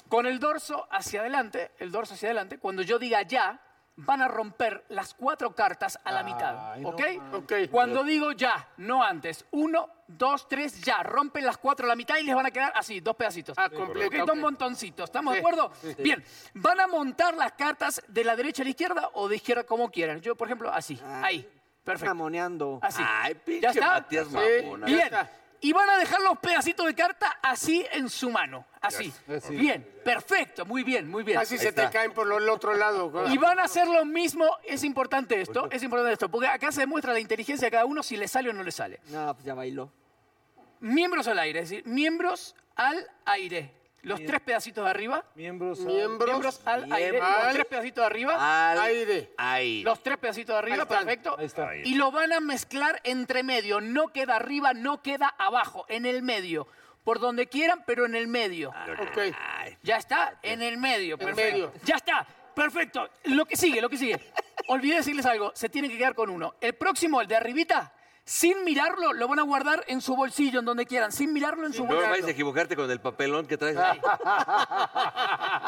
Con el dorso hacia adelante, el dorso hacia adelante, cuando yo diga ya, van a romper las cuatro cartas a la mitad. ¿Ok? Cuando digo ya, no antes. Uno, dos, tres, ya. Rompen las cuatro a la mitad y les van a quedar así, dos pedacitos. Ah, completo, Dos ok. montoncitos. ¿Estamos de Sí, acuerdo? sí, sí. Bien. Van a montar las cartas de la derecha a la izquierda o de izquierda como quieran. Yo, por ejemplo, así. Ah. Ahí. Perfecto. Mamoneando. Así. Ay, ¿Ya pinche está? Matías Sí. mamona. Ya Bien. está. Y van a dejar los pedacitos de carta así en su mano. Así. Bien. Perfecto. Muy bien, muy bien. Así se te caen por el otro lado. Y van a hacer lo mismo. Es importante esto. Es importante esto. Porque acá se demuestra la inteligencia de cada uno si le sale o no le sale. No, pues ya bailó. Miembros al aire. Es decir, miembros al aire. Los Bien. tres pedacitos de arriba. Miembros al- Miembros al aire. Los Al- tres pedacitos de arriba. al aire. Ahí. Los tres pedacitos de Ahí arriba, están. perfecto. Ahí está. Y lo van a mezclar entre medio. No queda arriba, no queda abajo, en el medio. Por donde quieran, pero en el medio. Ya está, en el medio. Perfecto. medio. Ya está, perfecto. Lo que sigue, lo que sigue. Olvidé decirles algo, se tienen que quedar con uno. El próximo, el de arribita, sin mirarlo, lo van a guardar en su bolsillo, en donde quieran, sin mirarlo en su No bolsillo. vayas a equivocarte con el papelón que traes Ah,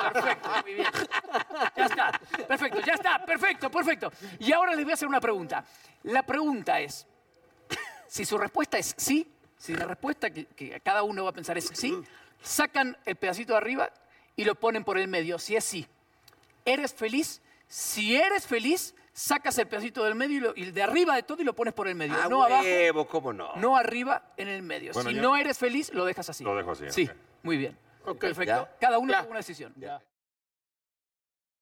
ahí. Ya está, perfecto, ya está, perfecto, perfecto. Y ahora les voy a hacer una pregunta. La pregunta es, si su respuesta es sí, si la respuesta que, que cada uno va a pensar es sí, sacan el pedacito de arriba y lo ponen por el medio, si es sí. ¿Eres feliz? Si eres feliz, sacas el pedacito del medio y, lo- y de arriba de todo y lo pones por el medio. Ah, no abajo, huevo, ¿cómo no? no arriba, en el medio. Bueno, si ya. no eres feliz, lo dejas así. Lo dejo así, Sí, ok. muy bien. Perfecto. ¿Ya? Cada uno toma una decisión. Él,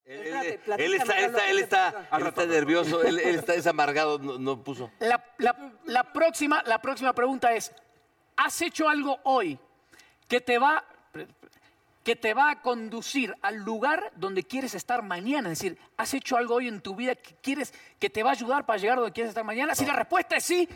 Espérate, él- platícame, él está, él Lalo, está, él ¿qué te está, pasa? él está nervioso, él, él está desamargado, no, no puso. La, la- la próxima, la próxima pregunta es, ¿has hecho algo hoy que te, va, que te va a conducir al lugar donde quieres estar mañana? Es decir, ¿has hecho algo hoy en tu vida que, quieres, que te va a ayudar para llegar donde quieres estar mañana? Si la respuesta es sí,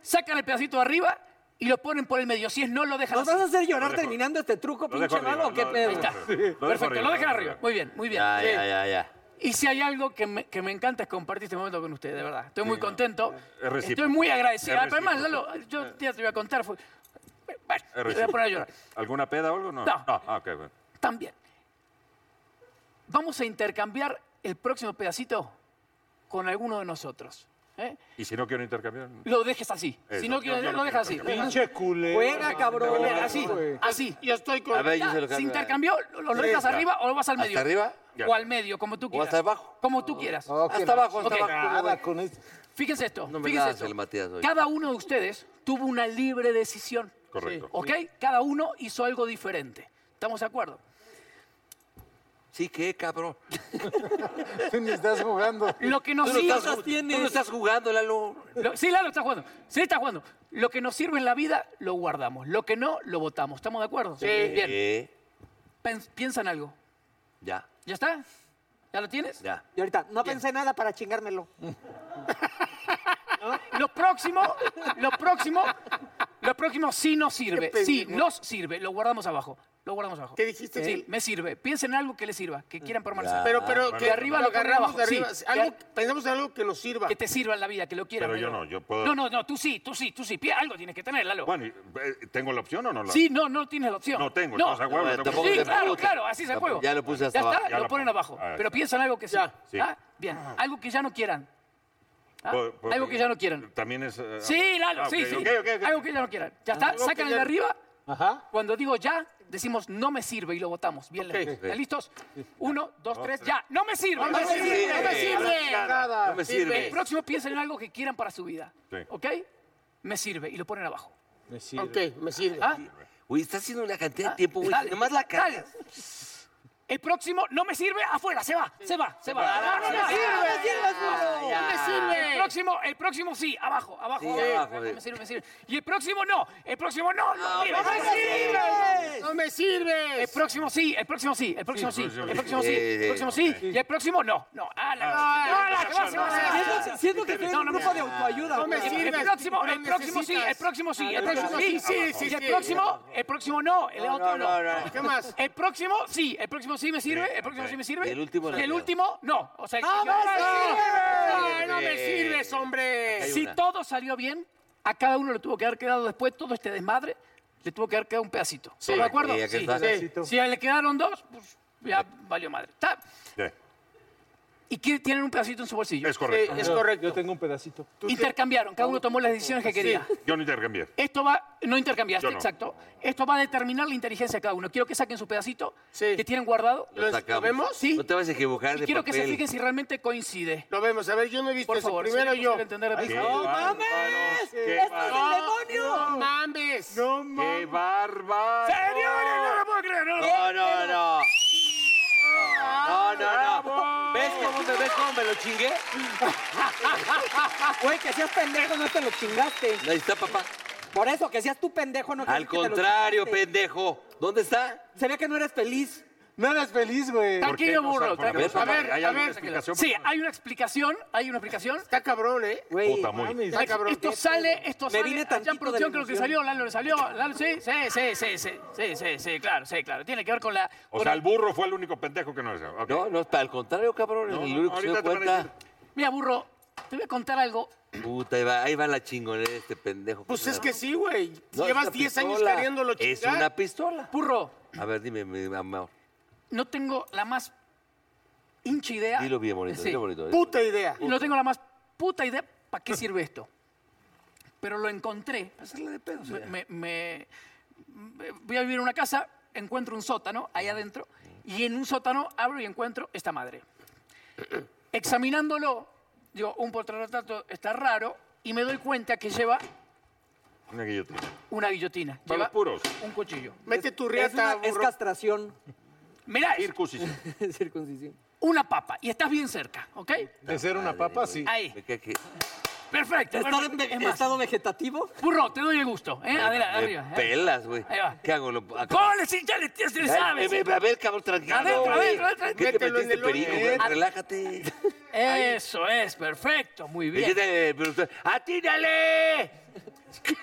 sacan el pedacito de arriba y lo ponen por el medio. Si es no, lo dejan ¿Nos así. vas a hacer llorar terminando este truco, Lo dejo pinche arriba, malo? ¿o ¿Qué lo- pedo? lo dejo arriba. Lo dejo Perfecto, lo dejan arriba. Muy bien, muy bien. Ya, Sí. ya, ya, ya. Y si hay algo que me, que me encanta es compartir este momento con ustedes, de verdad. Estoy muy contento. Es recíproco. Estoy muy agradecido. Es Además, recíproco. Lalo, yo ya te voy a contar. fue- Es voy a poner a llorar. ¿Alguna peda o algo? No. No. Ah, ok, bueno. También. Vamos a intercambiar el próximo pedacito con alguno de nosotros. ¿eh? ¿Y si no quiero intercambiar? Lo dejes así. Eso, si no yo- quieres, yo no lo dejas así. quiero intercambiar. Pinche culero. Juega, cabrón. Bien, Así, así. Yo estoy con- A ver, yo se lo Si cambio. intercambió, lo, lo Sí, dejas ya. arriba o lo vas al ¿Hasta medio. arriba? O al medio, como tú quieras. hasta abajo? Como tú quieras. Hasta abajo, hasta Ok. Ah, abajo. Fíjense esto. No me fíjense das esto. el Matías hoy. Cada uno de ustedes tuvo una libre decisión. Correcto. ¿Ok? Cada uno hizo algo diferente. ¿Estamos de acuerdo? Sí, ¿qué, cabrón? Tú ni estás jugando. Lo que nos Tú no sirve. estás ju- tú no estás jugando, Lalo. Lo- sí, Lalo está jugando. Sí, está jugando. Lo que nos sirve en la vida, lo guardamos. Lo que no, lo votamos. ¿Estamos de acuerdo? Bien. Sí, Pen- piensa en algo. Ya, ¿Ya está? ¿Ya lo tienes? ya. Y ahorita, no pensé nada para chingármelo. Lo próximo, lo próximo, lo próximo sí nos sirve. Qué Sí, pendejo. nos sirve. Lo guardamos abajo. Lo guardamos abajo. ¿Qué dijiste? Sí, Sí. me sirve. Piensen en algo que les sirva, que quieran permanecer. Pero, pero que arriba lo agarré agarramos abajo. de arriba. sí. Algo- pensemos en algo que nos sirva. Que te sirva en la vida, que lo quieras. Pero yo negro. no, yo puedo- No, no, no, tú sí, tú sí, tú sí. Pie- Algo tienes que tener, Lalo. Bueno, y, eh, ¿tengo la opción o no la Sí, no, no tienes la opción. No tengo, no. entonces a huevo, Sí, no tengo opción. claro, claro, así es el juego. Ya lo puse hasta ya abajo. Está, Ya lo la ponen pongo. abajo. Ah, Pero piensa en algo que sí. Sí. ¿Ah? Bien, algo que ya no quieran. ¿Ah? Pues, Puedo- puedo Algo que ya no quieran. También es... eh, Sí, Lalo, ah, sí, ok, sí. ok, ok, ok. Algo que ya no quieran. Ya está, Algo que sacan el ya- de arriba. Cuando digo ya, decimos no me sirve y lo votamos. Bien, Lalo. Ok. ¿Están listos? Uno, dos, tres, ya. No me sirve. No me sirve, no me sirve. Nada. No me sirve. El próximo piensen en algo que quieran para su vida. Sí. ¿Ok? Me sirve y lo ponen abajo. Ah, Me Ok, me sirve. Güey, está haciendo una cantidad de tiempo, güey. Dale, Nomás la dale. cagas. El próximo no me sirve, afuera, se va, se va, se va. va, No, no se me va. sirve. Ah, ya. No me sirve. El próximo, el próximo sí, abajo, abajo, Sí, abajo. abajo, Ah, No sí. me sirve, me sirve. Y el próximo no, el próximo no, no, ¡No me sirves! ¡No me El sirves! próximo sí, el próximo sí, el próximo sí, el próximo sí, el próximo sí, y el próximo no, no, a la, Ah, a la, que va, se va, se va, se va. Siento- siento que estoy en un grupo de autoayuda, No me güey. sirve. El próximo, el próximo sí, el próximo sí, el próximo sí, Sí, sí, y el sí. próximo, el próximo no, el No, otro no. no, no, no. ¿Qué más? El próximo sí, el próximo sí me sirve, el próximo sí me sirve. Y el último no. Y el último no, o sea, ¡No yo- me sirves! Ay, no me sirves, hombre! si todo salió bien, a cada uno le tuvo que haber quedado después todo este desmadre, le tuvo que haber quedado un pedacito. Sí. ¿De acuerdo? Sí, aquí está. Pedacito. Si le quedaron dos, pues ya valió madre. Está. Y que tienen un pedacito en su bolsillo. Es correcto. Sí, es Yo- correcto. Yo tengo un pedacito. Intercambiaron, cada uno tomó las decisiones que quería. Yo no intercambié. Esto va, no intercambiaste, Yo no. exacto. Esto va a determinar la inteligencia de cada uno. Quiero que saquen su pedacito que tienen guardado. Lo sacamos. vemos? Sí. No te vas a equivocar Y de quiero que se papel. fijen si realmente coincide. Lo vemos. A ver, yo no he visto Por eso. favor, Primero sería yo. posible entender de- ¡No mames! Este ¡Qué ¡Esto es bárbaro! el demonio! ¡No mames! ¡No ¡Qué bárbaro! ¡Señores, no lo puedo creer! lo No, puedo no, creer! no. Ah, No, no, no. ¿Ves cómo, te, ¿Ves cómo me lo chingué? Güey, que seas pendejo no te lo chingaste. Ahí está, papá. Por eso, que seas tú pendejo no quiere Al decir que te lo contrario, chingaste. pendejo. ¿Dónde está? Se ve que no eres feliz. No eres feliz, güey. Tranquilo, burro. ¿Por qué no tranquilo. sabe? a ver, ¿Hay a alguna ver. explicación? Sí, hay una explicación, hay una explicación. Está cabrón, ¿eh? Puta, muy. mames. Está cabrón. Esto sale, esto Me sale. vine allá tantito en de la producción creo que emoción. salió, Lalo le salió. Lalo, sí, sí, sí, sí, sí, sí, sí, sí, claro, sí, claro. Tiene que ver con la. O con sea, el- el burro fue el único pendejo que no "Ah, le sabe. Ok. No, no, al contrario, cabrón. No, el no, único que se ahorita dio te van a cuenta. Mira, burro, te voy a contar algo. Puta, ahí va, ahí va la chingonera de este pendejo. Pues es No, que sí, güey. es Llevas una 10 años pistola. queriéndolo Es chingar. una pistola. Burro, A ver, dime, mi amor. no tengo la más hincha idea. Dilo bien bonito, Sí. dilo bonito. puta idea. No tengo la más puta idea para qué sirve esto. Pero lo encontré. Hacerle de pedo. Me- me- me- me- voy a vivir en una casa, encuentro un sótano ahí adentro, y en un sótano abro y encuentro esta madre. Examinándolo, digo, un portarretrato está raro, y me doy cuenta que lleva Una guillotina. una guillotina. Para los Lleva puros. un cuchillo. Mete tu Es, una- riata, es burro. castración. Mirá, es Circuncisión. Circuncisión. una papa, y estás bien cerca, ¿ok? De ser una papa, sí. Ahí. Me cae que- Perfecto. ¿Estar en perfecto. ve- Es más, estado vegetativo? burro, te doy el gusto. ¿eh? Adela- me arriba. ¿eh? Pelas, güey. Ahí va. ¿Qué hago? Lo, ¡Cole, sí, ya le, ya se le Ay, sabes! ve- ve- a ver, cabrón, tranquilo. Adentro, güey. adentro, adentro. ¿Qué te Mételo en metiste este el perico, güey? hoyo. Relájate. ¿eh? Eso es, perfecto, muy bien. Dijiste, pero usted- ¡Atínale!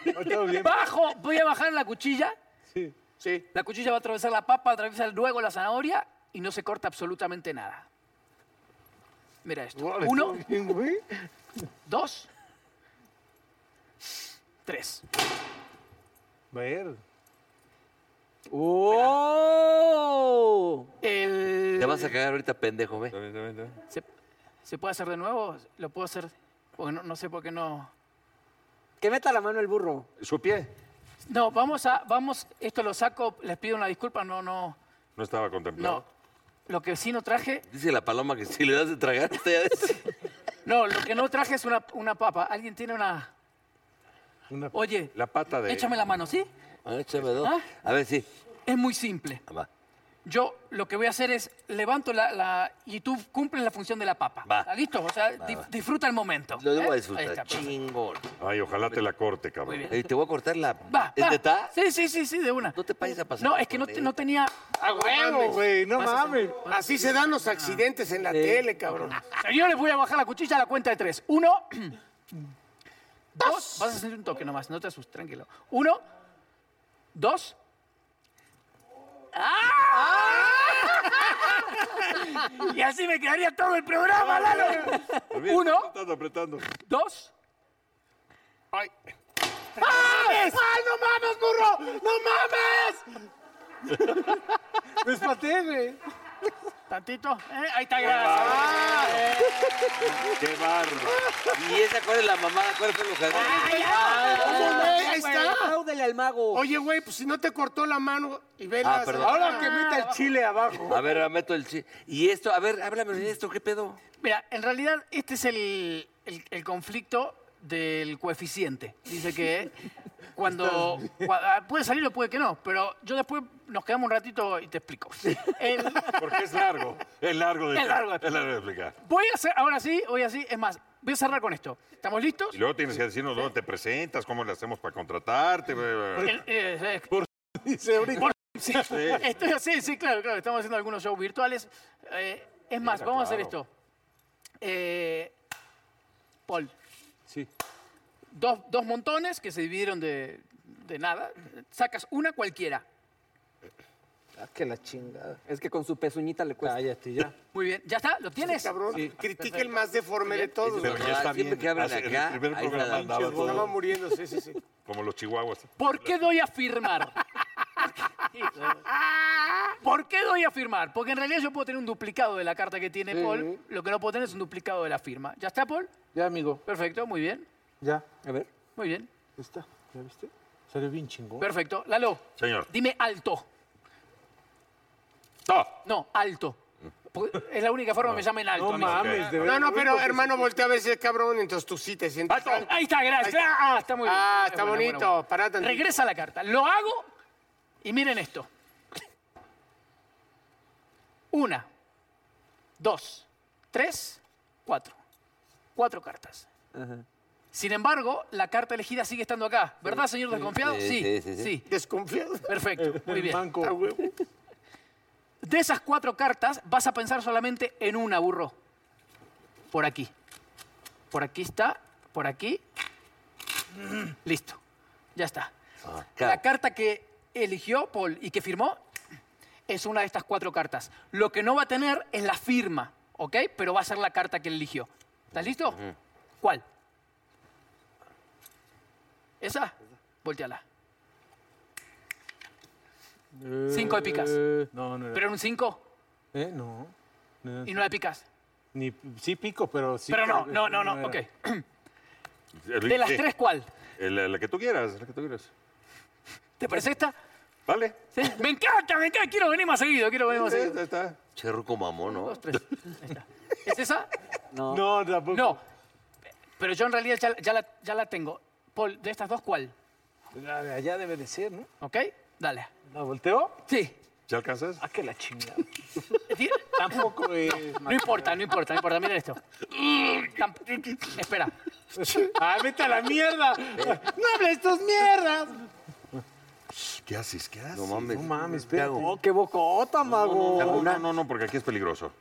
No, todo bien. Bajo, voy a bajar la cuchilla. Sí. Sí. La cuchilla va a atravesar la papa, atraviesa luego la zanahoria y no se corta absolutamente nada. Mira esto. Órale, Uno, todo bien, güey. dos, tres. Ver. ¡Oh! El- Te vas a cagar ahorita, pendejo, ve. ¿Se, se puede hacer de nuevo? ¿Lo puedo hacer? Porque no, no sé por qué no. Que meta la mano el burro. Su pie No, vamos a. Vamos, esto lo saco, les pido una disculpa, no, no. no estaba contemplado. No. Lo que sí no traje Dice la paloma que si le das de tragar, te ya ves. No, lo que no traje es una, una papa. ¿Alguien tiene una...? Una- Oye, La pata de... échame la mano, ¿sí? Ah, échame dos. ¿Ah? A ver, sí. Ah, Es muy simple. Va. Yo lo que voy a hacer es levanto la... la- y tú cumples la función de la papa. Va. ¿Está listo? O sea, di- va. disfruta el momento. Lo debo ¿eh? Ahí está, disfrutar. perfecto. Chingón. Ay, ojalá te la corte, Muy cabrón. bien. Eh, te voy a cortar la... pues. Va, ¿Es va. neta? Sí, sí, sí, sí, de una. No te pases a pasar No, por es que no, te- él. no tenía... A huevo, No, güey. güey, no Vas a hacer- mames. Así se dan los accidentes en la tele, cabrón. Yo les voy a bajar la cuchilla a la cuenta de tres. Uno... dos... Vas a hacer un toque nomás, no te asustes, tranquilo. Uno... Dos... Ah. Y así me quedaría todo el programa, Lalo. Uno. Estás apretando. Dos. ¡Ay! ¡Ay, no mames, burro! ¡No mames! Me espaté, güey. Tantito. Eh, Ahí está, gracias. ¡Qué barro! ¿Y esa cuál es la mamada? ¿Cuál fue el Ah, jugador? Oye, güey, ahí está. Apláudele al mago. Oye, güey, pues si no te cortó la mano y Ah, velas. perdón. Ahora que meta el chile abajo. A ver, meto el chi. Y esto, a ver, háblame de esto, ¿qué pedo? Mira, en realidad este es el, el- el conflicto del coeficiente. Dice que cuando, cua- ah, Puede salir o puede que no, pero yo después nos quedamos un ratito y te explico. El- Porque es largo. Es largo de Es largo de- Es largo de explicar. voy a hacer, ahora sí, voy así, es más, voy a cerrar con esto. ¿Estamos listos? Y luego tienes que decirnos dónde te presentas, cómo le hacemos para contratarte. bla, bla, bla. El- eh, eh, Dice ahorita. Por- sí, Sí. Estoy- sí, sí, claro, claro. Estamos haciendo algunos shows virtuales. Eh, es más, Mira, vamos a hacer claro. esto. Eh, Paul. Sí. Dos, dos montones que se dividieron de, de nada. Sacas una cualquiera. Ah, que la chingada. Es que con su pezuñita le cuesta. Cállate ya. Muy bien. ¿Ya está? ¿Lo tienes? Cabrón, critica el más deforme de todos. Pero güey. ya está Ah, siempre bien. que hablan Ah, Hace- en acá, el primer ahí programa nada. andaba todo Estaba muriendo, sí, sí, sí. como los chihuahuas. ¿Por qué doy a firmar? ¿Por qué doy a firmar? Porque en realidad yo puedo tener un duplicado de la carta que tiene Sí. Paul. Lo que no puedo tener es un duplicado de la firma. ¿Ya está, Paul? Ya, amigo. Perfecto, muy bien. Ya. A ver. Muy bien. Está. ¿Ya viste? Salió bien chingón. Perfecto. Lalo, Señor. dime alto. No, alto. Porque es la única forma que me llamen alto. No a mí. mames, de No, no, pero hermano, voltea a ver si es cabrón, entonces tú sí te sientes. Alto. Ahí está, gracias. Ah, está muy bien. Ah, Es está bueno, bonito. bueno, bueno. Pará tantito. Regresa la carta. Lo hago y miren esto. Una, dos, tres, cuatro. Cuatro cartas. Sin embargo, la carta elegida sigue estando acá. ¿Verdad, señor desconfiado? Sí, sí, sí, sí. Desconfiado. Perfecto, muy bien. Banco. De esas cuatro cartas vas a pensar solamente en una, burro. Por aquí. Por aquí está, por aquí. Listo. Ya está. Ah, La carta que eligió Paul y que firmó es una de estas cuatro cartas. Lo que no va a tener es la firma, ¿ok? Pero va a ser la carta que él eligió. ¿Estás listo? ¿Cuál? ¿Esa? Volteala. Cinco de picas. Eh, No, no. era. Pero en un 5 Eh, no. No, y no la picas. Ni, sí pico, pero sí. Pero no, no, no, no, era. ok. De De las tres, ¿cuál? La, la que tú quieras, la que tú quieras. ¿Te parece esta? Vale. Sí. Me encanta, me encanta. Quiero venir más seguido, quiero venir más Sí, seguido. está, está. Cherruco mamón, ¿no? Dos, tres. Ahí está. ¿Es esa? No, tampoco. No. Pero yo en realidad ya, ya la, ya la tengo. Paul, de estas dos, ¿cuál? La de allá debe de ser, ¿no? ¿Ok? Dale. ¿La volteo? Sí. ¿Ya alcanzas? Ah, que la chingada. Ti- Tampoco es. No importa, no importa, no importa. Mira esto. Tamp- Espera. ¡Ah, vete a la mierda! ¡No hables tus mierdas! ¿Qué haces? ¿Qué haces? No mames. No mames, ¿Qué espérate. hago? Oh, qué bocota, mago. No, no, no, no, porque aquí es peligroso.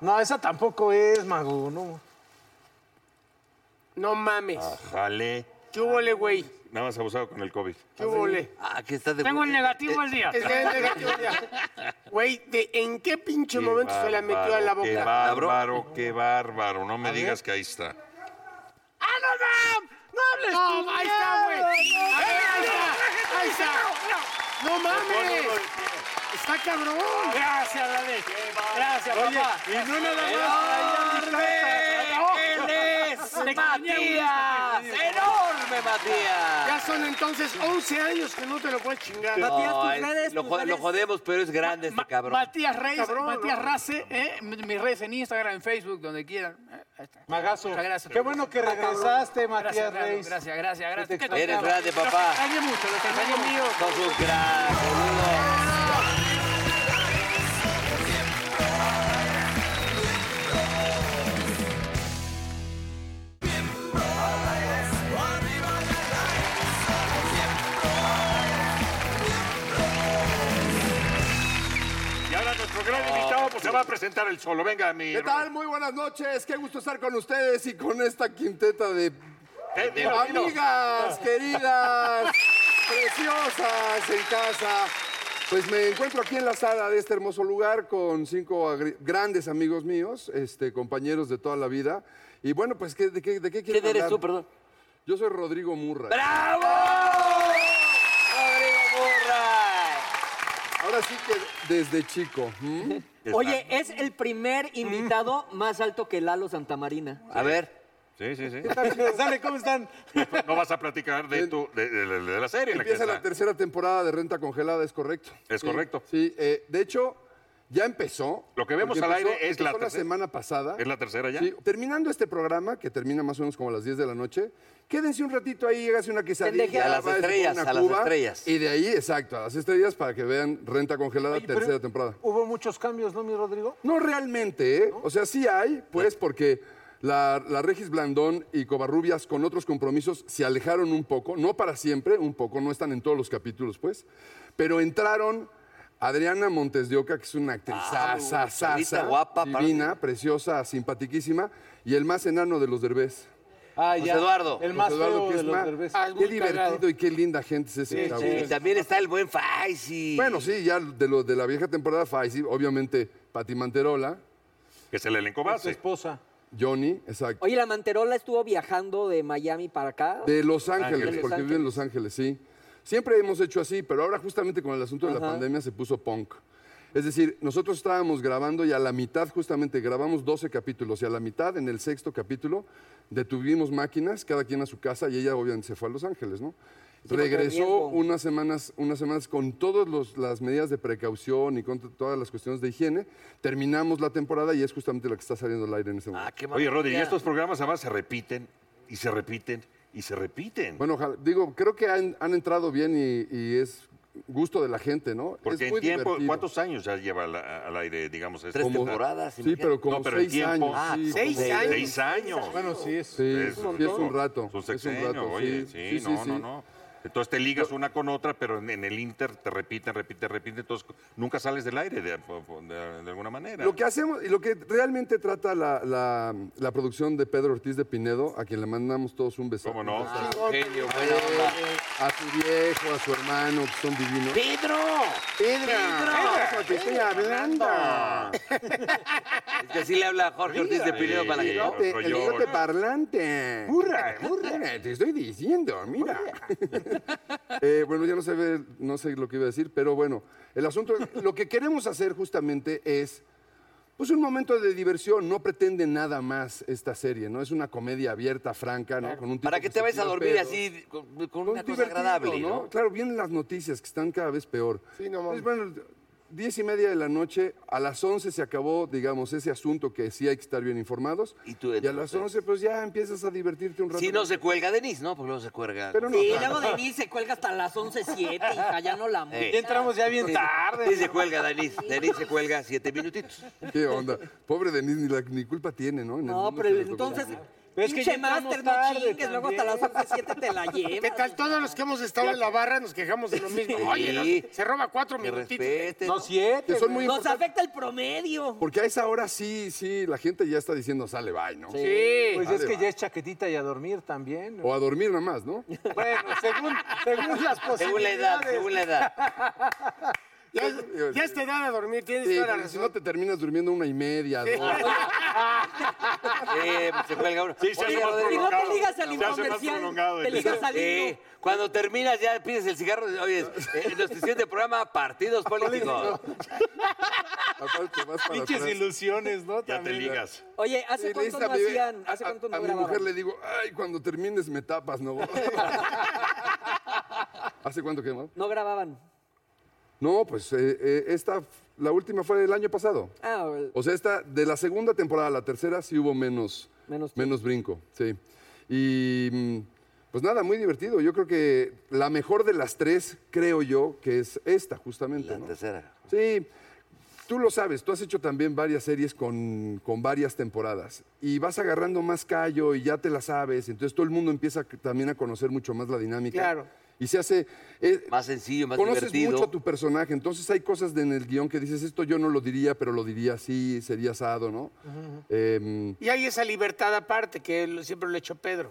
No, esa tampoco es, mago, no. No mames. Jale. ¿Qué hubole, güey? Nada más abusado con el COVID. ¿Qué hubole? Ah, que está de Tengo el negativo al día. Es de negativo ya. Güey, ¿de ¿en qué pinche momento se la metió a la Qué boca? bárbaro, qué bárbaro. No me digas que ahí está. ¡Ah, no, mam! ¡No hables tu ahí está, güey! mierda, A ver, ¡Ahí está! ¡Ahí está! ¡No mames! ¡Está cabrón! Gracias, Dale. Gracias, papá. Y no nada ¡Oh! más. Te extrañé, Matías. ¡Enorme, Matías! Ya son entonces 11 años que no te lo puedes chingar. Matías, tus No, es- redes, lo, tus jo- lo redes. jodemos, pero es grande este Ma- cabrón. Matías Reyes, Cabrón, Matías ¿no? Race, eh, mi- mis redes en Instagram, en Facebook, donde quieran. eh, ahí está. Magazo. Muchas gracias. Ah, Qué bueno que regresaste, Matías Gracias, Lalo, Reyes. gracias, gracias, gracias. Que te ¿Qué Eres tal? grande, papá. Los extrañé mucho, los extrañé mucho. Sos un crack, boludo. Y ahora nuestro gran invitado pues, se va a presentar el solo. Venga, mi. ¿Qué tal? Muy buenas noches. Qué gusto estar con ustedes y con esta quinteta de Eh, dilo, dilo. Amigas, queridas, preciosas en casa. Pues me encuentro aquí en la sala de este hermoso lugar con cinco agri- grandes amigos míos, este, compañeros de toda la vida. Y bueno, pues, ¿qué- ¿de qué, de qué quieren ¿Quién eres hablar? tú, perdón? Yo soy Rodrigo Murra. ¡Bravo! ¡Rodrigo Murra! Ahora sí que desde chico. ¿m? Oye, es el primer invitado más alto que Lalo Santamarina. A ver. Sí, sí, sí. Dale, ¿cómo están? Pues, No vas a platicar de, tu, de, de- de la serie en la que Empieza la, está. tercera temporada de Renta Congelada, ¿es correcto? Es Sí, correcto. Sí, eh, de hecho, ya empezó. Lo que vemos porque al aire empezó- es la empezó tercera. semana pasada. ¿Es la tercera ya? Sí, terminando este programa, que termina más o menos como a las 10 de la noche, quédense un ratito ahí, llegase una quesadilla. A las váyase por estrellas, una a las cuba, estrellas. Y de ahí, exacto, a las estrellas para que vean Renta Congelada, tercera temporada. Hubo muchos cambios, ¿no, mi Rodrigo? No realmente, ¿eh? O sea, sí hay, pues, porque la, la Regis Blandón y Covarrubias con otros compromisos se alejaron un poco, no para siempre, un poco, no están en todos los capítulos, pues, pero entraron Adriana Montes de Oca, que es una actriz Ah, chavita guapa, divina, preciosa, simpatiquísima, y el más enano de los Derbez. Ah, José Eduardo. José Eduardo, que es ma- Qué divertido y qué linda gente es ese Ah, Sí, chavo. sí, y también está el buen Faisy. Bueno, sí, ya de, lo, de la vieja temporada, Faisy, obviamente, Pati Manterola. Que es el elenco base. esposa. Johnny, exacto. Oye, la Manterola estuvo viajando de Miami para acá. De Los Ángeles, Ah, De Los porque vive en Los Ángeles, sí. Siempre hemos hecho así, pero ahora justamente con el asunto de la Ajá. pandemia se puso punk. Es decir, nosotros estábamos grabando y a la mitad, justamente, grabamos 12 capítulos y a la mitad, en el sexto capítulo, detuvimos máquinas, cada quien a su casa y ella obviamente se fue a Los Ángeles, ¿no? porque Regresó riesgo. unas semanas, unas semanas con todas las medidas de precaución y con t- todas las cuestiones de higiene. Terminamos la temporada y es justamente la que está saliendo al aire en ese momento. Oye, Rodri, y estos programas además se repiten y se repiten y se repiten. Bueno, ojalá- digo, creo que han, han entrado bien y, y es gusto de la gente, ¿no? Porque es en tiempo, divertido. ¿cuántos años ya lleva al, al aire, digamos? esta Como- temporada? Sí, pero como No, pero en seis tiempo. años. sí, como- Seis años. Bueno, sí es. Sí, Es sí, un es montón. un Son rato. es un sexenio, rato, oye, sí, sí, no, sí. no, no. Entonces te ligas una con otra, pero en, en el Inter te repiten, repiten, repiten, entonces nunca sales del aire de, de- de alguna manera. Lo que hacemos y lo que realmente trata la, la- la producción de Pedro Ortiz de Pinedo, a quien le mandamos todos un beso. ¿Cómo no? Ah, Genio, buena onda. A su viejo, a su hermano, que son divinos. ¡Pedro! ¡Pedro! ¡Pedro! ¿Qué estoy hablando? Es que así le habla Jorge Ortiz de Pinedo para la Bigote, gente. el bigote parlante. ¡Burra, burra! Te estoy diciendo, mira. Eh, bueno, ya no, sé ver- no sé lo que iba a decir, pero bueno, el asunto, lo que queremos hacer justamente es, pues un momento de diversión, no pretende nada más esta serie, ¿no? Es una comedia abierta, franca, ¿no? Con un tipo Para que se te vayas a tira dormir pedo. así con, con una cosa Divertido, agradable, ¿no? Claro, vienen las noticias que están cada vez peor. Sí, no mames. Entonces, bueno, diez y media de la noche, a las 11 se acabó, digamos, ese asunto que sí hay que estar bien informados. Y, a las 11 pues ya empiezas a divertirte un rato. Si no se cuelga Denise, ¿no? Porque luego se cuelga. Pero no Y tanto. luego Denise se cuelga hasta las 11.07, hija, ya no la Eh. mueve. Sí, Sí, se cuelga Denise. Denise se cuelga siete minutitos. ¿Qué onda? Pobre Denise, ni, la- ni culpa tiene, ¿no? En el No, mundo pero que le tocó entonces, vivir. Pero es que Pinche ya entramos máster, no tarde chingues, luego hasta las 11.07 te la llevas. ¿Qué tal? Todos los que hemos estado en la barra nos quejamos de lo mismo. Sí. Oye, no, se roba cuatro Que minutitos. respeten. No, siete, Que son muy Nos güey. importantes. afecta el promedio. Porque a esa hora sí, sí, la gente ya está diciendo sale, bye, ¿no? Pues es Sale, que bye. ya es chaquetita y a dormir también. O a dormir nada más, ¿no? Bueno, según, según las posibilidades. Según la edad, según la edad. Ya, ya es te da a dormir, tienes Sí, toda la porque si razón. no te terminas durmiendo una y media, dos. Sí, pues se cuelga uno. Sí, se hace más Rodrigo, prolongado. Y no te ligas al Se hace más infomercial, prolongado, te entonces. ligas al Sí, cuando terminas ya pides el cigarro. y, Oye, eh, nuestro siguiente programa, Partidos Políticos. Pinches ilusiones, ¿no? Ya te ligas. Oye, ¿hace Sí, cuánto esta no vive- hacían? a- ¿Hace a- cuánto A no mi mujer grababan? le digo, ay, cuando termines me tapas, ¿no? ¿Hace cuánto que no? No grababan. No, pues eh, eh, esta, la última fue el año pasado. Ah, O sea, esta, de la segunda temporada a la tercera sí hubo menos, Menos menos, brinco, sí. Y mm, pues nada, muy divertido. Yo creo que la mejor de las tres, creo yo, que es esta, justamente. La tercera. Sí, tú lo sabes, tú has hecho también varias series con, con varias temporadas. Y vas agarrando más callo y ya te la sabes. Entonces todo el mundo empieza c- también a conocer mucho más la dinámica. Claro. Y se hace... eh, Más sencillo, más conoces divertido. mucho a tu personaje, entonces hay cosas de- en el guión que dices, esto yo no lo diría, pero lo diría así, sería asado, ¿no? Em, Y hay esa libertad aparte que lo- siempre lo echó Pedro.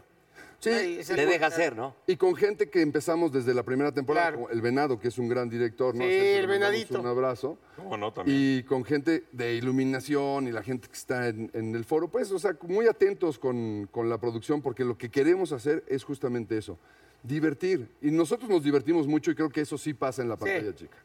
Sí, Te deja hacer, ¿no? Y con gente que empezamos desde la primera temporada, Claro. como el Venado, que es un gran director, ¿no? Sí, A Sergio el le mandamos Venadito. Un abrazo. ¿Cómo no también? Y con gente de iluminación y la gente que está en, en el foro, pues, o sea, muy atentos con, con la producción, porque lo que queremos hacer es justamente eso, divertir. Y nosotros nos divertimos mucho y creo que eso sí pasa en la pantalla, chica.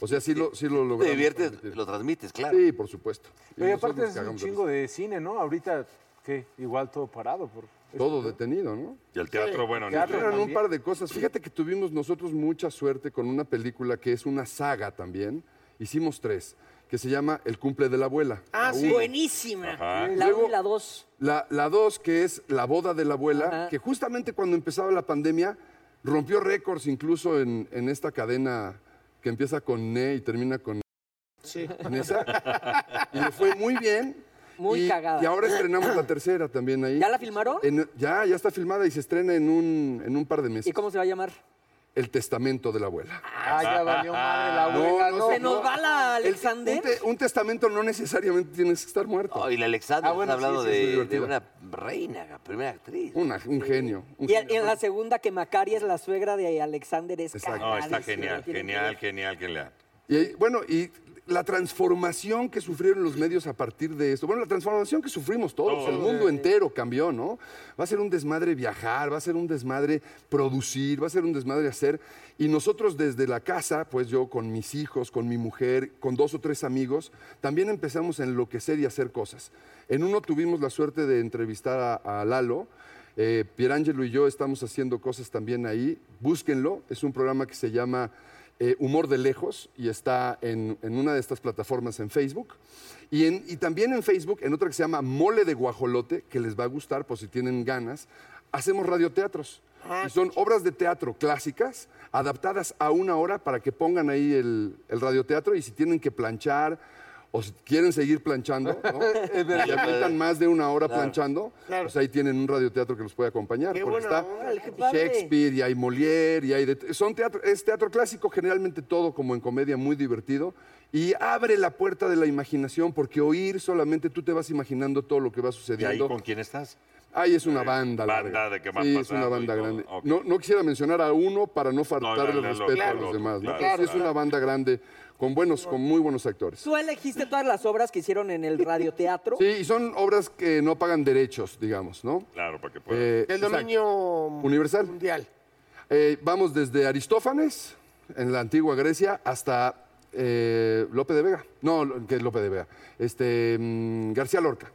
O sea, sí, lo, sí lo logramos. diviertes, lo transmites, claro. Sí, por supuesto. Y Pero y nosotros aparte es un cagamos de chingo de cine, ¿no? Ahorita, ¿qué? Igual todo parado. Por... risa. Todo detenido, ¿no? Y el teatro, Sí, bueno, ni teatro hablar. eran un par de cosas. Fíjate que tuvimos nosotros mucha suerte con una película que es una saga también. Hicimos tres, que se llama El cumple de la abuela. Ah, La sí. uno. Buenísima. Ajá. La Luego- 1 y la 2. La, la dos, que es La boda de la abuela, Ajá. que justamente cuando empezaba la pandemia rompió récords incluso en, en esta cadena que empieza con Ne y termina con... Sí. En esa. Y le fue muy bien. Muy y, cagada. Y ahora estrenamos la tercera también ahí. ¿Ya la filmaron? En- ya, ya está filmada y se estrena en un, en un par de meses. ¿Y cómo se va a llamar? El testamento de la abuela. Ah, ya valió madre la abuela, no, se nos no. va la El- Alexander. un, te- un testamento no necesariamente tienes que estar muerto. Oh, y la Alexandra Ah, bueno, está hablando sí, sí, es muy de- de, divertida. una reina, la primera actriz. Una- un genio. un Y, y en la segunda, que Macari es la suegra de Alexander, es No, está cagadísima. genial, genial, genial, genial. Y ahí- bueno, y la transformación que sufrieron los medios a partir de esto. Bueno, la transformación que sufrimos todos, Todos. el mundo entero cambió, ¿no? Va a ser un desmadre viajar, va a ser un desmadre producir, va a ser un desmadre hacer. Y nosotros desde la casa, pues yo con mis hijos, con mi mujer, con dos o tres amigos, también empezamos a enloquecer y hacer cosas. En uno tuvimos la suerte de entrevistar a, a Lalo. Eh, Pierangelo y yo estamos haciendo cosas también ahí. Búsquenlo. Es un programa que se llama eh, Humor de Lejos y está en, en una de estas plataformas en Facebook. Y, en- y también en Facebook, en otra que se llama Mole de Guajolote, que les va a gustar por si tienen ganas, hacemos radioteatros. Ah, Y son obras de teatro clásicas adaptadas a una hora para que pongan ahí el, el radioteatro y si tienen que planchar o si quieren seguir planchando, ¿no? Es verdad. y aguantan más de una hora Claro. planchando, pues ahí tienen un radioteatro que los puede acompañar. Qué porque buena está onda, qué padre. Shakespeare y hay Molière y hay de- son teatro, es teatro clásico, generalmente todo como en comedia, muy divertido. Y abre la puerta de la imaginación, porque oír solamente tú te vas imaginando todo lo que va ¿Y ahí sucediendo. con quién estás? Eh, Ahí es una banda. banda larga. de que van Sí, es una pasando banda y todo. grande. Ok. No, no quisiera mencionar a uno para no faltarle dale, el dale, respeto claro, a los otro, demás. ¿no? claro, Pero sí es claro. una banda grande con buenos, con muy buenos actores. ¿Tú elegiste todas las obras que hicieron en el radioteatro? Sí, y son obras que no pagan derechos, digamos, ¿no? Claro, porque Eh, Del exacto. dominio Universal. mundial. Eh, vamos desde Aristófanes, en la antigua Grecia, hasta eh, Lope de Vega. No, lo- que es Lope de Vega. Este, mm, García Lorca.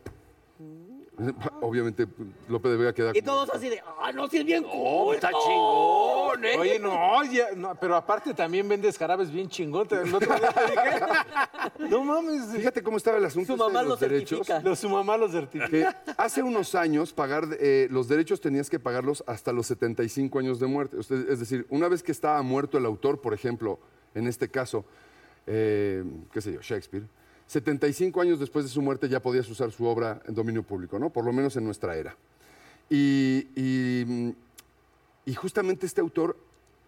Obviamente, Lope de Vega queda Y como- todos así de, ah, no, si es bien Oh, cool. está no, chingón, ¿eh? Oye, no, oye, no, pero aparte también vendes jarabes bien chingón. te- el otro día te dije, no mames. Fíjate cómo estaba el asunto. Su este mamá de los los derechos. certifica. Los- Su mamá los certifica. que Eh, hace unos años pagar eh, los derechos tenías que pagarlos hasta los 75 años de muerte. Usted- es decir, una vez que estaba muerto el autor, por ejemplo, en este caso, eh, qué sé yo, Shakespeare, 75 años después de su muerte ya podías usar su obra en dominio público, ¿no? Por lo menos en nuestra era. Y, y, mm, y justamente este autor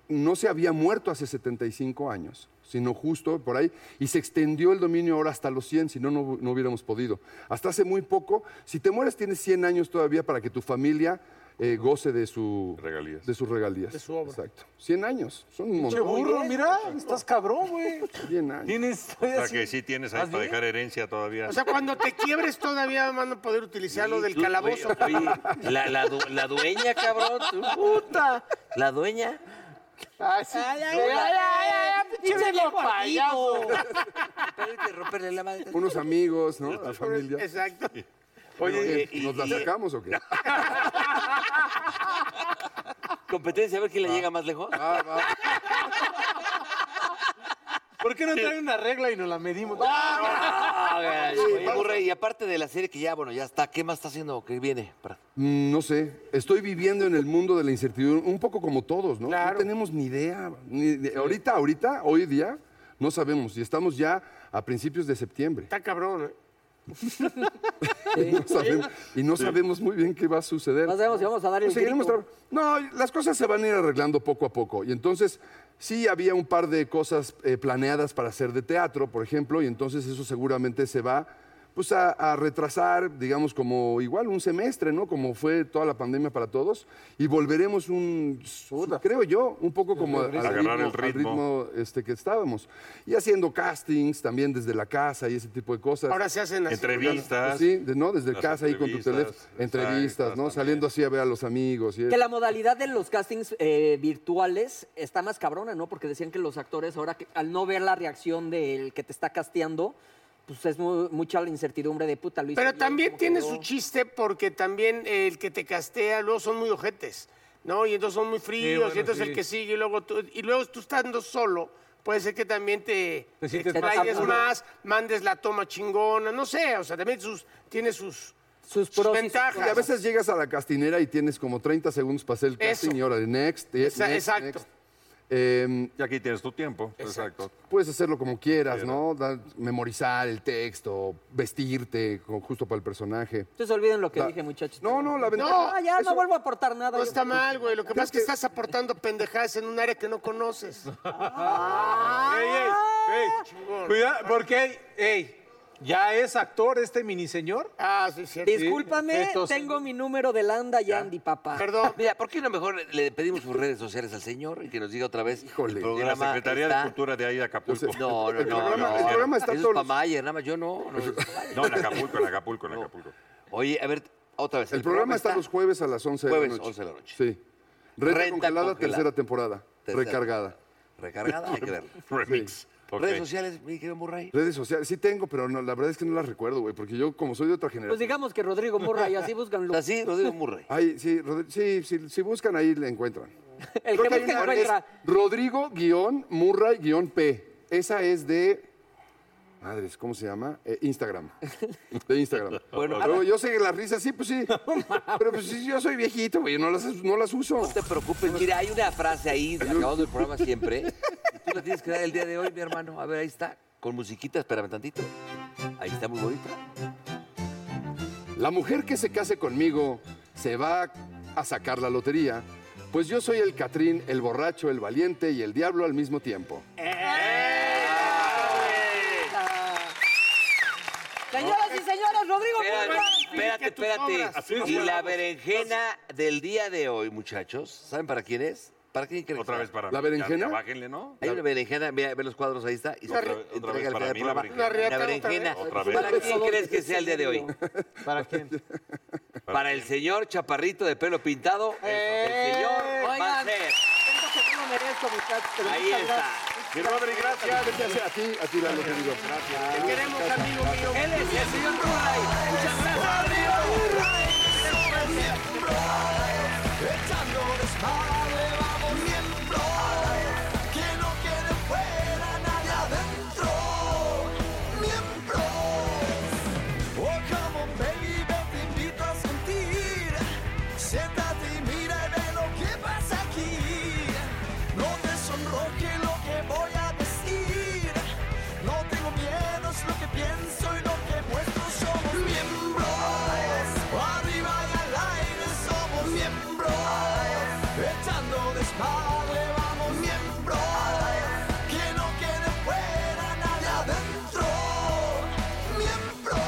no se había muerto hace 75 años, sino justo por ahí, y se extendió el dominio ahora hasta los 100, si no, no, no hubiéramos podido. Hasta hace muy poco, si te mueres tienes 100 años todavía para que tu familia eh, goce de, su, regalías. de sus regalías. De su obra. Exacto. 100 años, son un Pinche montón. burro, mira, estás cabrón, güey. 100 años. Tienes. O sea, que sí tienes ahí ¿Más para bien? dejar herencia todavía. O sea, cuando te quiebres todavía van a poder utilizar lo del tú, calabozo. oye, La, la du- la dueña, cabrón. tú. ¡Puta! La dueña. Ay, sí. Ay, ay, Güey, ay, ay, ay, pinche pinche viejo viejo payaso. Espérate, romperle la madre. Unos amigos, ¿no? La familia. Exacto. Oye, Oye, y- ¿nos la y- sacamos o qué? Competencia, a ver quién le llega más lejos. ¿Por qué no trae una regla y nos la medimos? Ah, Sí, oye, vamos. Murray, y aparte de la serie que ya, bueno, ya está, ¿qué más está haciendo o qué viene? Para- Mm, No sé, estoy viviendo en el mundo de la incertidumbre, un poco como todos, ¿no? No tenemos ni idea. ni- ni- Ahorita, ahorita, hoy día, no sabemos. Y estamos ya a principios de septiembre. Está cabrón. ¿eh? No sabemos- y no sabemos muy bien qué va a suceder. No sabemos si vamos a dar el Pues seguiremos grito. trabajando. No, las cosas se van a ir arreglando poco a poco. Y entonces, sí había un par de cosas eh, planeadas para hacer de teatro, por ejemplo, y entonces eso seguramente se va pues a, a retrasar, digamos, como igual un semestre, ¿no? Como fue toda la pandemia para todos. Y volveremos un, creo yo, un poco como ritmo. Agarrar el al ritmo. este, que estábamos. Y haciendo castings también desde la casa y ese tipo de cosas. Ahora se hacen las- Entrevistas. Sí, de- ¿no? Desde Las casa ahí con tu teléfono. entrevistas, Entrevistas, ¿no? Saliendo así a ver a los amigos. Y Que la modalidad de los castings eh, virtuales está más cabrona, ¿no? Porque decían que los actores ahora, que, al no ver la reacción del que te está casteando, pues es mu- mucha la incertidumbre de puta, Luis. Pero también tiene su chiste porque también eh, el que te castea luego son muy ojetes, ¿no? Y entonces son muy fríos, bueno, y entonces sí. el que sigue y luego tú, y luego tú estando solo, puede ser que también te, Te te sientes más explayes seguro. más, mandes la toma chingona, no sé, o sea, también sus, tiene sus, sus, ventajas. Y a veces llegas a la castinera y tienes como 30 segundos para hacer el Eso. casting y ahora de next, yes, Esa- next, exacto. next. Em, Y aquí tienes tu tiempo. Exacto. puedes hacerlo como quieras, ¿no? Da- memorizar el texto, vestirte con- justo para el personaje. Entonces olviden lo que La- dije, muchachos. No, no, la No, ventaja- ya no eso- vuelvo a aportar nada. No yo. está mal, güey. Lo que pasa es que estás aportando pendejadas en un área que no conoces. Ey, ey, ey. Cuidado, porque hay- ey, ¿ya es actor este miniseñor? Ah, sí, cierto. Discúlpame, tengo mi número de Landa y Andy, papá. Perdón. Mira, ¿por qué no mejor le- le pedimos sus redes sociales al señor y que nos diga otra vez? Híjole, el Y la programa Secretaría está- de Cultura de ahí de Acapulco. No, no, no. no, no. Eso es pa' Mayer, nada más yo no. No, No, en Acapulco, en Acapulco, en Acapulco. Oye, a ver, otra vez. El, programa está los jueves a las 11 de Jueves, la noche. 11 de la noche. Sí. Renta, Renta congelada, congelada. tercera temporada. Tercera. Recargada. Recargada, hay que verla. Remix. Redes sociales, mi querido Murray. Redes sociales, sí tengo, pero no, la verdad es que no las recuerdo, güey, porque yo, como soy de otra Pues generación. digamos que Rodrigo Murray, así búscanlo. Así, Rodrigo Murray. Ay, sí, Rodri- sí, sí, si buscan ahí le encuentran. El Creo que que hay busca una- es encuentra. Rodrigo-Murray-P. Esa es de. Madres, ¿cómo se llama? Eh, Instagram. De Instagram. Bueno. Luego, Ah, yo sé que las risas sí, pues sí. Pero pues sí, yo soy viejito, güey, no las, no las uso. No te preocupes, mira, hay una frase ahí, acabando el programa siempre. y tú la tienes que dar el día de hoy, mi hermano. A ver, ahí está, con musiquita, espérame tantito. Ahí está muy bonita. La mujer que se case conmigo se va a sacar la lotería, pues yo soy el Catrín, el borracho, el valiente y el diablo al mismo tiempo. Señoras y señores, Rodrigo Murray. Espérate, espérate. Y la berenjena del día de hoy, muchachos, ¿saben para quién es? ¿Para quién creen? Otra vez para ¿La mí. berenjena? Ya- ya bájenle, ¿no? Hay una berenjena, mira, ve los cuadros, ahí está. Y Otra- se otra vez entrega al para final mí del la berenjena. programa. La La riata, otra berenjena. vez. Otra vez. ¿Para quién crees que sea el día de hoy? ¿Para quién? Para el señor chaparrito de pelo pintado. El señor Oigan, Marcel. siento que no lo merezco, muchachos, pero Ahí muchas está. gracias. Mi Robert, gracias. A ti, a ti, Lalo, querido. Gracias. queremos, amigo mío. Él es el señor Murray. Muchas Siéntate y mira y ve lo que pasa aquí. No te sonroje lo que voy a decir. No tengo miedo, es lo que pienso y lo que muestro. Somos miembros. Arriba y al aire somos miembros. Echando desmadre vamos miembros. Que no quede fuera nadie adentro. Miembros.